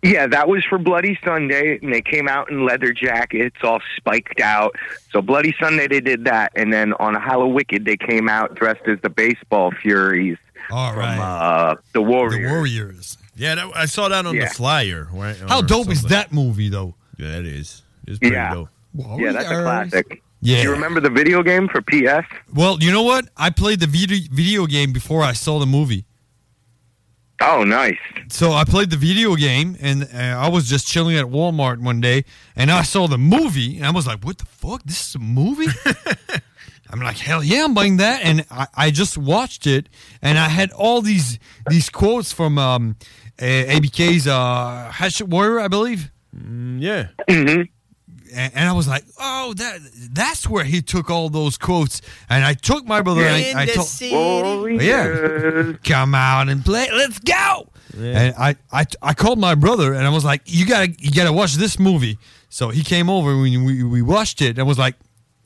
Speaker 8: Yeah, that was for Bloody Sunday, and they came out in leather jackets, all spiked out. So Bloody Sunday, they did that, and then on Halloween, Wicked, they came out dressed as the baseball Furies
Speaker 2: All
Speaker 8: from uh, the Warriors.
Speaker 2: The Warriors. Yeah, that, I saw that on the
Speaker 8: Yeah.
Speaker 2: flyer. Right, Um,
Speaker 14: How
Speaker 2: or
Speaker 14: dope is
Speaker 2: something.
Speaker 14: that movie though?
Speaker 2: Yeah, it is. It's pretty
Speaker 8: Yeah.
Speaker 2: dope.
Speaker 8: Yeah, that's a classic.
Speaker 14: Yeah.
Speaker 8: You remember the video game for PS?
Speaker 14: Well, you know what? I played the video, video game before I saw the movie.
Speaker 8: Oh, nice.
Speaker 14: So I played the video game, and uh, I was just chilling at Walmart one day, and I saw the movie, and I was like, "What the fuck? This is a movie?" I'm like, "Hell yeah, I'm buying that!" And I, I just watched it, and I had all these these quotes from um, uh, ABK's uh, Hatchet Warrior, I believe.
Speaker 2: yeah.
Speaker 8: Mm-hmm.
Speaker 14: And, and I was like, "Oh, that that's where he took all those quotes." And I took my brother.
Speaker 26: In
Speaker 14: and I, I
Speaker 26: the
Speaker 14: told,
Speaker 26: city. Warriors.
Speaker 14: yeah, come out and play. Let's go. And I, I, I called my brother and I was like, you gotta, you gotta watch this movie. So he came over and we, we, we watched it and was like,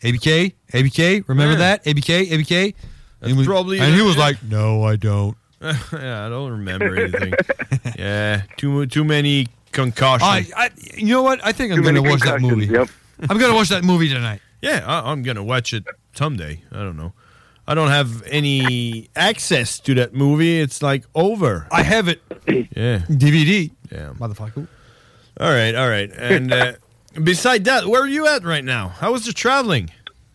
Speaker 14: ABK, ABK, remember
Speaker 2: Yeah.
Speaker 14: that? ABK, ABK. and we-
Speaker 2: probably
Speaker 14: and he
Speaker 2: the-
Speaker 14: was like, no, I don't.
Speaker 2: (laughs) yeah, I don't remember anything. yeah, too too many concussions.
Speaker 14: I, I, you know what? I think I'm gonna watch that movie. I'm gonna watch that movie tonight.
Speaker 2: Yeah, I, I'm gonna watch it someday. I don't know. I don't have any access to that movie. It's like over.
Speaker 14: I have it.
Speaker 2: (coughs) Yeah.
Speaker 14: DVD.
Speaker 2: Yeah.
Speaker 14: Motherfucker.
Speaker 2: All right. All right.
Speaker 14: (coughs)
Speaker 2: And uh, beside that, where are you at right now? How was the traveling?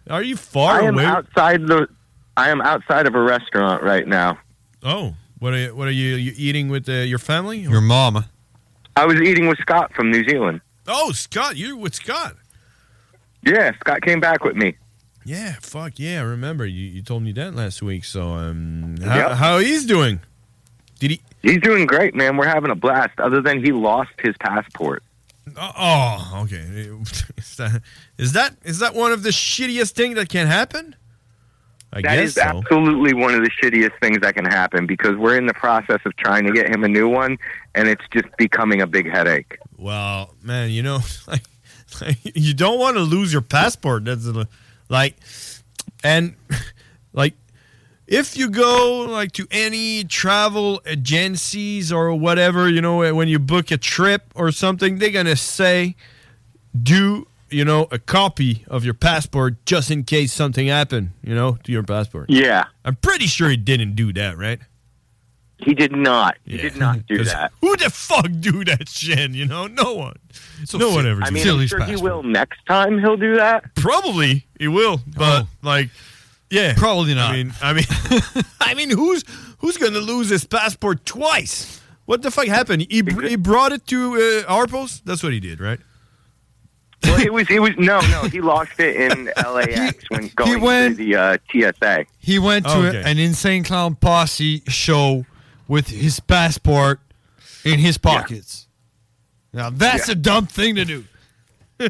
Speaker 2: Are you far
Speaker 8: I am
Speaker 2: away?
Speaker 8: outside the. I am outside of a restaurant right now.
Speaker 2: Oh, what are you, what are you, you eating with uh, your family?
Speaker 14: Your mom.
Speaker 8: I was eating with Scott from New Zealand.
Speaker 2: Oh, Scott, you with Scott?
Speaker 8: Yeah, Scott came back with me.
Speaker 2: Yeah. Fuck yeah! I remember you, you told me that last week. So um, how,
Speaker 8: Yep.
Speaker 2: how he's doing? Did he?
Speaker 8: He's doing great, man. We're having a blast. Other than he lost his passport.
Speaker 2: Oh, okay. (laughs) Is that is that is that one of the shittiest thing that can happen? I
Speaker 8: That
Speaker 2: guess
Speaker 8: is
Speaker 2: so.
Speaker 8: absolutely one of the shittiest things that can happen because we're in the process of trying to get him a new one, and it's just becoming a big headache.
Speaker 2: Well, man, you know, (laughs) like, you don't want to lose your passport. That's a, like, and (laughs) like, if you go like to any travel agencies or whatever, you know, eh, when you book a trip or something, they're gonna say, do you know a copy of your passport just in case something happened, you know, to your passport.
Speaker 8: Yeah.
Speaker 2: I'm pretty sure he didn't do that, right?
Speaker 8: He did not. He did
Speaker 2: (laughs)
Speaker 8: not do that.
Speaker 2: Who the fuck do that shit? You know, no one. no one ever.
Speaker 8: I
Speaker 2: does.
Speaker 8: mean, I'm sure he will next time. He'll do that.
Speaker 2: Probably he will,
Speaker 8: Oh.
Speaker 2: but like, yeah,
Speaker 14: probably not.
Speaker 2: I mean, I mean, (laughs) I mean, who's who's going to lose his passport twice? What the fuck happened? He, br- he brought it to uh, Arpos. That's what he did, right?
Speaker 8: Well, it was. It was no, no. He lost it in LAX when going
Speaker 14: went-
Speaker 8: to the uh, TSA.
Speaker 14: He went to
Speaker 8: Okay.
Speaker 14: an insane clown posse show with his passport in his pockets. Now that's
Speaker 2: Yeah.
Speaker 14: a dumb thing to do.
Speaker 2: (laughs)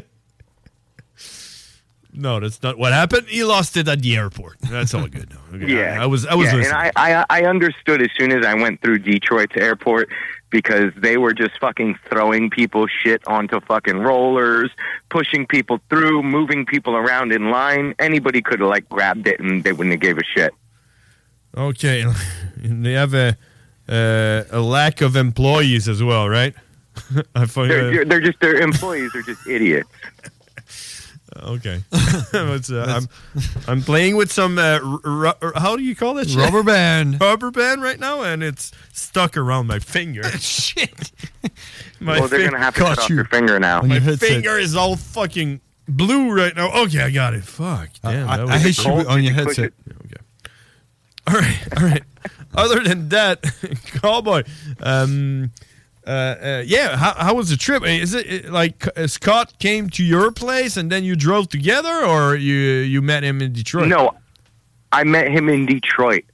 Speaker 2: No, that's not what happened. He lost it at the airport. That's
Speaker 14: (laughs)
Speaker 2: all good. No, okay.
Speaker 8: Yeah,
Speaker 2: I, I was, I was
Speaker 8: yeah,
Speaker 2: listening.
Speaker 8: And I, I, I understood as soon as I went through Detroit's airport because they were just fucking throwing people shit onto fucking rollers, pushing people through, moving people around in line. Anybody could have like grabbed it and they wouldn't have gave a shit.
Speaker 2: okay, and they have a uh, a lack of employees as well, right? (laughs) I fucking-
Speaker 8: They're, they're- they're just their employees are
Speaker 2: (laughs)
Speaker 8: just idiots.
Speaker 5: (laughs)
Speaker 2: Okay. What's, uh, I'm, I'm playing with some, uh, ru- ru- how do you call that shit?
Speaker 5: Rubber band.
Speaker 2: Rubber band right now, and it's stuck around my
Speaker 5: (laughs)
Speaker 2: finger. shit.
Speaker 8: well, they're gonna have to cut off your finger now.
Speaker 2: My finger is all fucking blue right now. Okay, I got it. Fuck. Damn,
Speaker 5: I-
Speaker 2: that
Speaker 5: I
Speaker 2: was
Speaker 5: hit you
Speaker 2: cold.
Speaker 5: on
Speaker 2: Did
Speaker 5: your
Speaker 2: push
Speaker 5: headset.
Speaker 2: it? Yeah, okay. All right. All right. Other than that, (laughs) cowboy. Um, uh, uh, yeah. How, how was the trip? Is it- it like uh, Scott came to your place and then you drove together, or you you met him in Detroit?
Speaker 8: No, I met him in Detroit.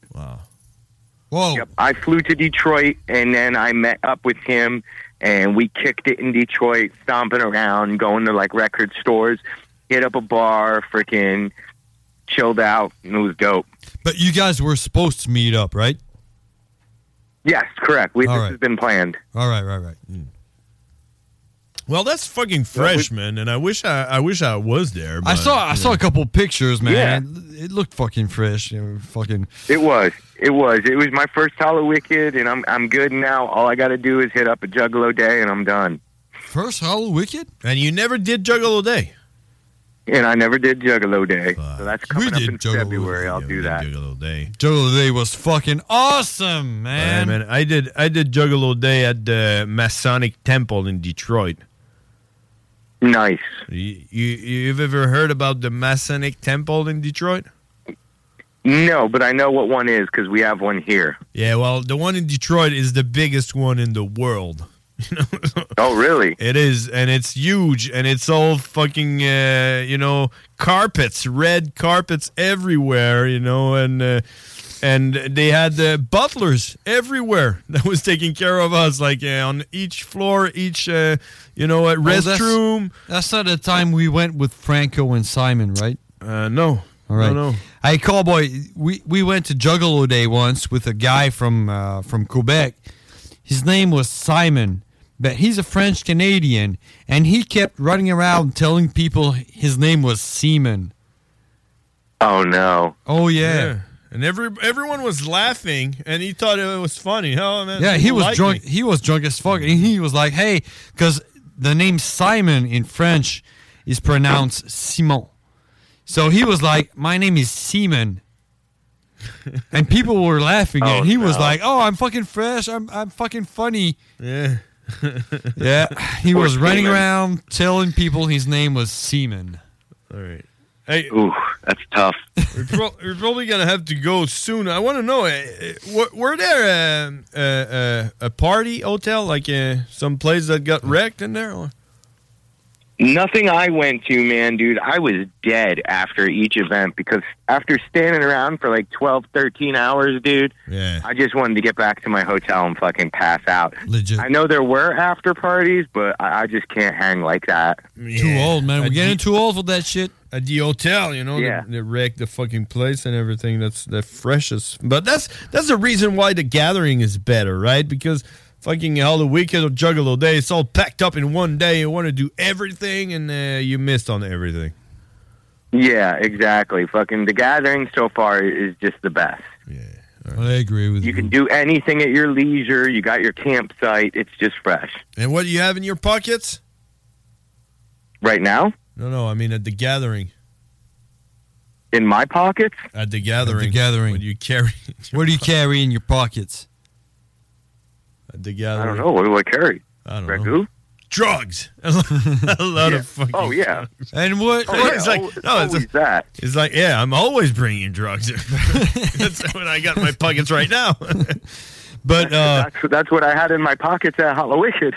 Speaker 5: Whoa.
Speaker 8: I flew to Detroit and then I met up with him and we kicked it in Detroit, stomping around, going to like record stores, hit up a bar, freaking chilled out, and it was dope.
Speaker 5: But you guys were supposed to meet up, right?
Speaker 8: Yes, correct. We,
Speaker 5: All
Speaker 8: this
Speaker 5: right.
Speaker 8: has been planned.
Speaker 5: All right, right, right.
Speaker 2: Well, that's fucking fresh, man, and I wish I, I wish I was there.
Speaker 5: I
Speaker 2: but,
Speaker 5: saw I
Speaker 2: you
Speaker 5: saw
Speaker 2: know.
Speaker 5: a couple pictures, man.
Speaker 8: Yeah.
Speaker 5: It looked fucking fresh. You know, fucking
Speaker 8: It was. It was. It was my first Hollow Wicked, and I'm I'm good now. All I got to do is hit up a Juggalo Day, and I'm done.
Speaker 5: first Hollow Wicked.
Speaker 2: And you never did Juggalo Day.
Speaker 8: And I never did Juggalo Day,
Speaker 5: Uh,
Speaker 8: so that's coming up in February. I'll do that.
Speaker 2: Juggalo Day.
Speaker 5: Juggalo Day was fucking awesome, man.
Speaker 2: Yeah, man, I did I did Juggalo Day at the Masonic Temple in Detroit.
Speaker 8: Nice.
Speaker 2: You, you you've ever heard about the Masonic Temple in Detroit?
Speaker 8: No, but I know what one is because we have one here.
Speaker 2: Yeah, well, the one in Detroit is the biggest one in the world.
Speaker 8: Oh, really?
Speaker 2: It is, and it's huge, and it's all fucking, uh, you know, carpets, red carpets everywhere, you know, and uh, and they had uh, butlers everywhere (laughs) that was taking care of us, like uh, on each floor, each, uh, you know, uh,
Speaker 5: Oh, that's-
Speaker 2: restroom.
Speaker 5: That's not the time we went with Franco and Simon, right?
Speaker 2: Uh, no.
Speaker 5: All right.
Speaker 2: No, no.
Speaker 5: Hey, Cowboy, we, we went to Juggalo Day once with a guy from uh, from Quebec. His name was Simon, but he's a French Canadian, and he kept running around telling people his name was Seaman.
Speaker 8: Oh no.
Speaker 5: Oh yeah. yeah.
Speaker 2: And every everyone was laughing, and he thought it was funny. Oh man!
Speaker 5: he
Speaker 2: people
Speaker 5: was
Speaker 2: like
Speaker 5: drunk.
Speaker 2: me.
Speaker 5: He was drunk as fuck, and he was like, "Hey," because the name Simon in French is pronounced Simon. So he was like, "My name is Simon," and people were laughing,
Speaker 2: (laughs) Oh,
Speaker 5: and he was
Speaker 2: no.
Speaker 5: like, "Oh, I'm fucking fresh. I'm I'm fucking funny."
Speaker 2: Yeah.
Speaker 5: (laughs) Yeah, he
Speaker 2: Poor
Speaker 5: was running
Speaker 2: Seaman.
Speaker 5: around telling people his name was Seaman.
Speaker 2: All right. Hey,
Speaker 8: Ooh, that's
Speaker 5: (laughs)
Speaker 8: tough.
Speaker 2: we're, pro- we're probably gonna have to go soon. I want to know, uh, uh, were, were there um, uh, uh, a party hotel, like uh, some place that got wrecked in there? Or?
Speaker 8: Nothing I went to, man, dude. I was dead after each event because after standing around for like 12, 13 hours, dude,
Speaker 2: Yeah.
Speaker 8: I just wanted to get back to my hotel and fucking pass out.
Speaker 5: Legit.
Speaker 8: I know there were after parties, but I, I just can't hang like that.
Speaker 5: Too old, man. We're
Speaker 2: At
Speaker 5: getting
Speaker 2: the-
Speaker 5: too old for that shit.
Speaker 2: At the hotel, you know,
Speaker 5: Yeah.
Speaker 2: they, they wrecked the fucking place and everything. That's the freshest. But that's that's the reason why the gathering is better, right? Because fucking all the weekend or Juggalo Day, it's all packed up in one day. You want to do everything, and uh, you missed on everything.
Speaker 8: Yeah, exactly. Fucking the gathering so far is just the best.
Speaker 5: I agree with
Speaker 8: You can do anything at your leisure. You got your campsite. It's just fresh.
Speaker 2: And what do you have in your pockets?
Speaker 8: Right now,
Speaker 2: No, no, I mean at the gathering.
Speaker 8: in my pockets,
Speaker 2: At the gathering.
Speaker 5: the gathering.
Speaker 2: What do you carry?
Speaker 5: What do you carry in your pockets?
Speaker 2: At the
Speaker 8: I
Speaker 2: gathering.
Speaker 5: Uh-huh.
Speaker 8: don't know. What do I carry?
Speaker 2: I don't
Speaker 8: Ragu? know.
Speaker 2: Drugs. (laughs) a lot
Speaker 8: Yeah.
Speaker 2: of fucking.
Speaker 8: Oh, yeah.
Speaker 5: And what?
Speaker 2: (laughs)
Speaker 8: Oh,
Speaker 2: what-
Speaker 8: yeah,
Speaker 2: it's like,
Speaker 8: always-
Speaker 2: no, it's
Speaker 8: always
Speaker 2: like,
Speaker 8: that.
Speaker 2: It's like, yeah, I'm always bringing drugs. (laughs) That's what I got in my pockets right now. (laughs) but uh,
Speaker 8: that's, that's what I had in my pockets at Hollow
Speaker 2: (laughs)
Speaker 8: Wicked.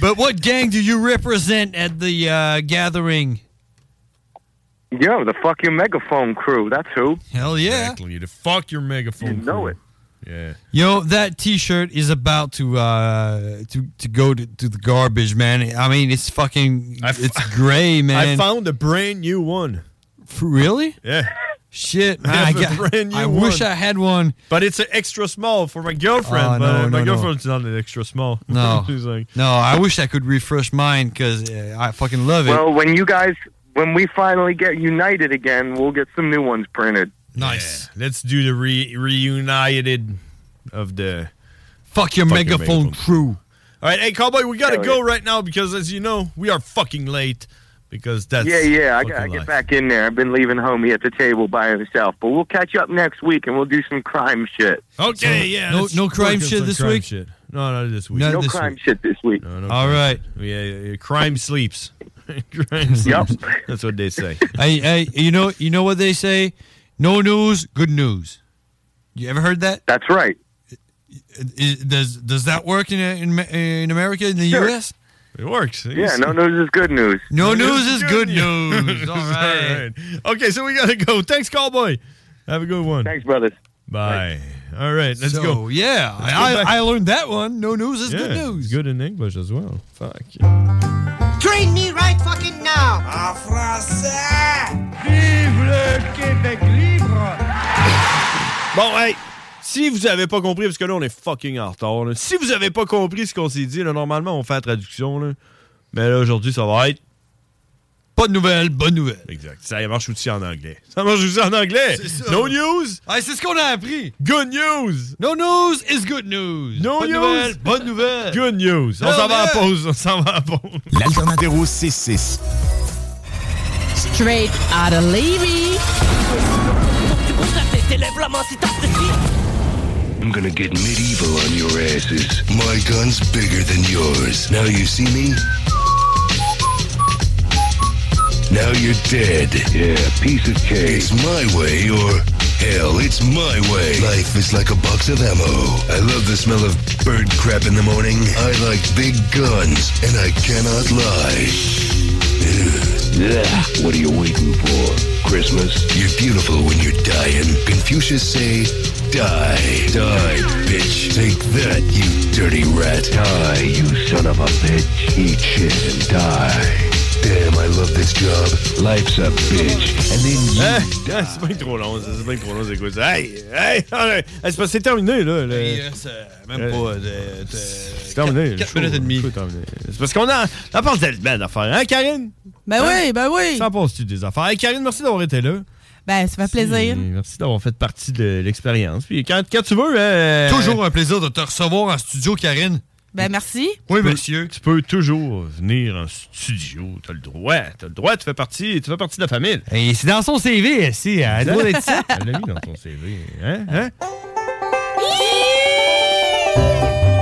Speaker 5: But what gang do you represent at the uh, gathering?
Speaker 8: Yo, the fucking megaphone crew. That's who.
Speaker 5: Hell yeah.
Speaker 2: Exactly. To fuck your megaphone.
Speaker 8: You know it.
Speaker 2: Yeah.
Speaker 5: Yo, that T-shirt is about to uh, to to go to, to the garbage, man. I mean, it's fucking, it's
Speaker 2: (laughs)
Speaker 5: gray,
Speaker 2: I
Speaker 5: man.
Speaker 2: found a brand new one.
Speaker 5: For really?
Speaker 2: Yeah.
Speaker 5: Shit,
Speaker 2: I
Speaker 5: man. I,
Speaker 2: have a
Speaker 5: got-
Speaker 2: brand new
Speaker 5: I wish
Speaker 2: one.
Speaker 5: I had one.
Speaker 2: But it's an extra small for my girlfriend. but
Speaker 5: Oh,
Speaker 2: my
Speaker 5: no, no, no.
Speaker 2: girlfriend's not an extra small.
Speaker 5: No,
Speaker 2: (laughs) She's like,
Speaker 5: no. I wish I could refresh mine because uh, I fucking love it.
Speaker 8: Well, when you guys, when we finally get united again, we'll get some new ones printed.
Speaker 5: nice.
Speaker 2: Let's do the re- reunited of the
Speaker 8: Fuck your
Speaker 2: Fuck your
Speaker 8: megaphone
Speaker 2: megaphone.
Speaker 8: crew.
Speaker 2: All right, hey cowboy, we gotta
Speaker 16: Hell
Speaker 2: go
Speaker 16: yeah.
Speaker 2: right now because, as you know, we are fucking late. Because that's
Speaker 16: yeah, yeah. I gotta
Speaker 2: fucking
Speaker 16: get
Speaker 2: life.
Speaker 16: back in there. I've been leaving homie at the table by himself, but we'll catch up next week and we'll do some crime shit.
Speaker 2: Okay, yeah.
Speaker 8: no-
Speaker 2: let's
Speaker 8: no crime
Speaker 2: focus
Speaker 8: shit
Speaker 2: on
Speaker 8: this
Speaker 2: crime
Speaker 8: week?
Speaker 2: Shit. No, not this week.
Speaker 8: None No this crime
Speaker 16: shit this week.
Speaker 2: No, no
Speaker 8: All
Speaker 2: crime.
Speaker 8: right.
Speaker 2: Yeah, yeah, yeah, crime sleeps. (laughs) crime sleeps.
Speaker 8: Yep.
Speaker 2: That's what they say.
Speaker 8: (laughs) hey, hey, you know, you know what they say? No news, good news. You ever heard that?
Speaker 16: That's right.
Speaker 8: does does that work in in, in America in the
Speaker 16: Sure.
Speaker 8: U.S.?
Speaker 2: It works.
Speaker 16: Yeah, no news is good news.
Speaker 8: No news is
Speaker 2: (laughs)
Speaker 8: good news. All right.
Speaker 2: Okay, so we gotta go. Thanks, cowboy. Have a good one. Thanks,
Speaker 16: brothers.
Speaker 2: Bye. All right, let's
Speaker 8: So,
Speaker 2: go.
Speaker 8: yeah,
Speaker 2: Let's go
Speaker 8: I-
Speaker 2: back.
Speaker 8: I learned that one. No news is good
Speaker 2: Yeah,
Speaker 8: news.
Speaker 2: it's Good in English as well. Fuck.
Speaker 27: Train me right fucking now. En français. Vive le Québec libre.
Speaker 2: Bon, hey, si vous avez pas compris, parce que là, on est fucking en retard, là. si vous avez pas compris ce qu'on s'est dit, là, normalement, on fait la traduction, là. mais là, aujourd'hui, ça va être...
Speaker 8: Pas de nouvelles, bonne nouvelle.
Speaker 2: Exact. Ça marche aussi en anglais. Ça marche aussi en anglais. No news.
Speaker 8: c'est ce qu'on a appris.
Speaker 2: Good news.
Speaker 8: No news is good news.
Speaker 2: No
Speaker 8: Bonne
Speaker 2: news.
Speaker 8: nouvelle, bonne nouvelle.
Speaker 2: Good news. On
Speaker 8: Hell
Speaker 2: s'en va à
Speaker 8: yeah.
Speaker 2: pause. On s'en va à pause.
Speaker 28: L'Alternatero 6-6.
Speaker 13: Straight out of Levy.
Speaker 5: I'm gonna get medieval on your asses. My gun's bigger than yours. Now you see me? Now you're dead. Yeah, piece of cake. It's my way or hell, it's my way. Life is like a box of ammo. I love the smell of bird crap in the morning. I like big guns, and I cannot lie. Yeah, what are you waiting for? Christmas? You're beautiful when you're dying. Confucius say, die, die, bitch. Take that, you dirty rat. Die, you son of a bitch. Eat shit and die. Damn, I love this job. Life's a bitch. And then you...
Speaker 2: Hey, ah, c'est bien trop long, ça. C'est bien trop long, c'est quoi ça? Hey, hey, all right. Hey, c'est parce que c'est terminé, là. le-
Speaker 8: Hey, euh, c'est Même pas. euh,
Speaker 2: C'est terminé. le show,
Speaker 8: minutes et
Speaker 2: le
Speaker 8: demie.
Speaker 2: show est terminé. C'est parce qu'on a. On pense de belles affaires, hein, Karine?
Speaker 10: Ben oui, ben oui.
Speaker 2: T'en penses-tu des affaires? Hey, Karine, merci d'avoir été là.
Speaker 10: Ben, ça fait plaisir.
Speaker 2: Et Merci d'avoir fait partie de l'expérience. Puis quand, quand tu veux. euh,
Speaker 8: Toujours un plaisir de te recevoir en studio, Karine.
Speaker 10: Ben, merci.
Speaker 2: tu peux- Tu peux toujours venir en studio. T'as le droit. T'as le droit. Tu fais partie, tu fais partie de la famille.
Speaker 8: Et c'est dans son CV, ici. Elle doit être ça.
Speaker 2: Elle l'a mis dans ton CV. Hein? Hein?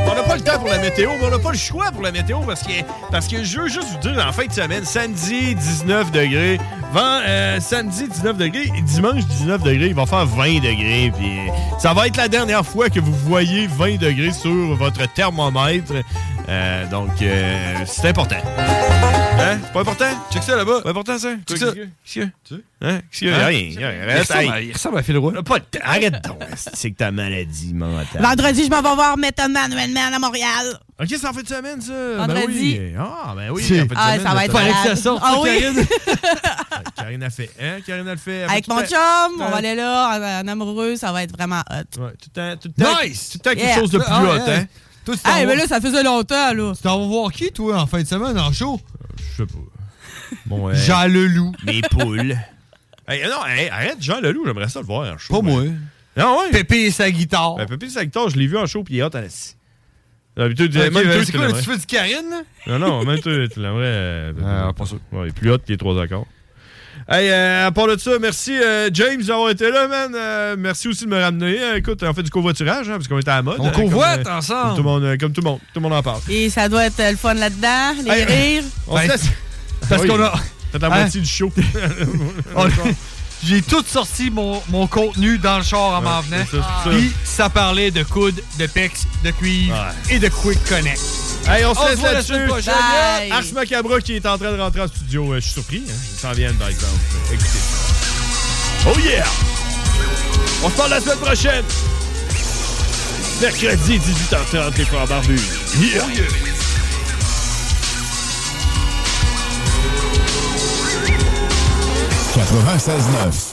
Speaker 2: On n'a pas le temps pour la météo, mais on n'a pas le choix pour la météo parce que, parce que je veux juste vous dire, en fin de semaine, samedi 19 degrés, vent, euh, samedi 19 degrés et dimanche 19 degrés, il va faire 20 degrés. Puis euh, ça va être la dernière fois que vous voyez 20 degrés sur votre thermomètre. Euh, donc, euh, c'est important. Hein? C'est pas important? Check ça là-bas. Pas important, ça? Check ça. Qu'est-ce que? Hein? Qu'est-ce que? Rien,
Speaker 8: Hein?
Speaker 2: rien.
Speaker 8: Il
Speaker 2: Reste,
Speaker 8: ressemble à-
Speaker 2: hey.
Speaker 8: il ressemble à Phil Roy.
Speaker 2: On a pas le temps. Arrête donc. C'est que ta maladie mentale.
Speaker 10: Vendredi, je m'en vais voir Method Man, Man Man à Montréal.
Speaker 2: OK, c'est en fin de semaine, ça.
Speaker 10: Vendredi.
Speaker 2: Ben oui. Ah, ben oui.
Speaker 8: C'est-
Speaker 2: en fin de
Speaker 10: Ah,
Speaker 2: semaine,
Speaker 10: ça va être
Speaker 2: Karine.
Speaker 10: malade. Ah oui. (laughs)
Speaker 2: Karine a fait un, Karine a le fait.
Speaker 10: Avec
Speaker 2: Tout
Speaker 10: mon
Speaker 2: le
Speaker 10: chum,
Speaker 2: temps-
Speaker 10: on va aller là, en, en amoureux, ça va être vraiment hot.
Speaker 2: Ouais, tout le temps, tout le temps, tout le temps quelque chose de plus hot, hein.
Speaker 8: Toi, tu t'en
Speaker 10: Hey,
Speaker 8: vas-
Speaker 10: Ah, mais là, ça faisait longtemps, là.
Speaker 8: tu t'en vas voir qui, toi, en fin de semaine, en show?
Speaker 2: Je sais pas. Bon, euh,
Speaker 8: (laughs) Jean Leloup.
Speaker 2: (laughs) Mes poules. Hey, non, hey, arrête, Jean Leloup, j'aimerais ça le voir en show.
Speaker 8: Pas moi.
Speaker 2: Non, ouais.
Speaker 8: Pépé et sa guitare.
Speaker 2: Ben, Pépé Sector, je l'ai vu en show, puis il est hot à la D'habitude,
Speaker 8: Ok,
Speaker 2: même
Speaker 8: ben,
Speaker 2: toi,
Speaker 8: c'est
Speaker 2: tu
Speaker 8: quoi,
Speaker 2: l'aimerais.
Speaker 8: tu fais du Karine? là? Ah,
Speaker 2: Non, non, même toi, tu l'aimerais. Euh, pas sûr. Ouais, il est plus hot que les trois accords. Hey, euh, à part de ça, merci euh, James d'avoir été là, man. Euh, merci aussi de me ramener. Euh, écoute, on fait du covoiturage, hein, parce qu'on était à la mode.
Speaker 8: On
Speaker 2: hein,
Speaker 8: convoite
Speaker 2: comme, euh,
Speaker 8: ensemble.
Speaker 2: Comme tout, le monde, euh, comme tout le monde. Tout le monde en parle.
Speaker 10: Et ça doit être euh, le fun là-dedans, les
Speaker 2: Hey,
Speaker 10: rires.
Speaker 2: On se (laughs) laisse-
Speaker 8: Parce
Speaker 2: Oui.
Speaker 8: qu'on a.
Speaker 2: T'as la
Speaker 8: Hein?
Speaker 2: moitié du (laughs) show.
Speaker 8: on- J'ai tout sorti mon, mon contenu dans le char en m'en venant.
Speaker 2: c'est ça, c'est ça.
Speaker 8: Puis ça parlait de coude, de pecs, de cuivre et de quick connect.
Speaker 2: Hey, on se laisse
Speaker 8: voit la
Speaker 2: là-dessus.
Speaker 8: semaine prochaine.
Speaker 2: Bye. Ars Macabra qui est en train de rentrer en studio. Euh, Je suis surpris. Hein. Ils s'en viennent, par exemple. Euh, Écoutez ça. Oh yeah! On se parle la semaine prochaine. Mercredi, 18h30, les frères barbus. Yeah!
Speaker 8: Oh,
Speaker 28: Bye. 96.9.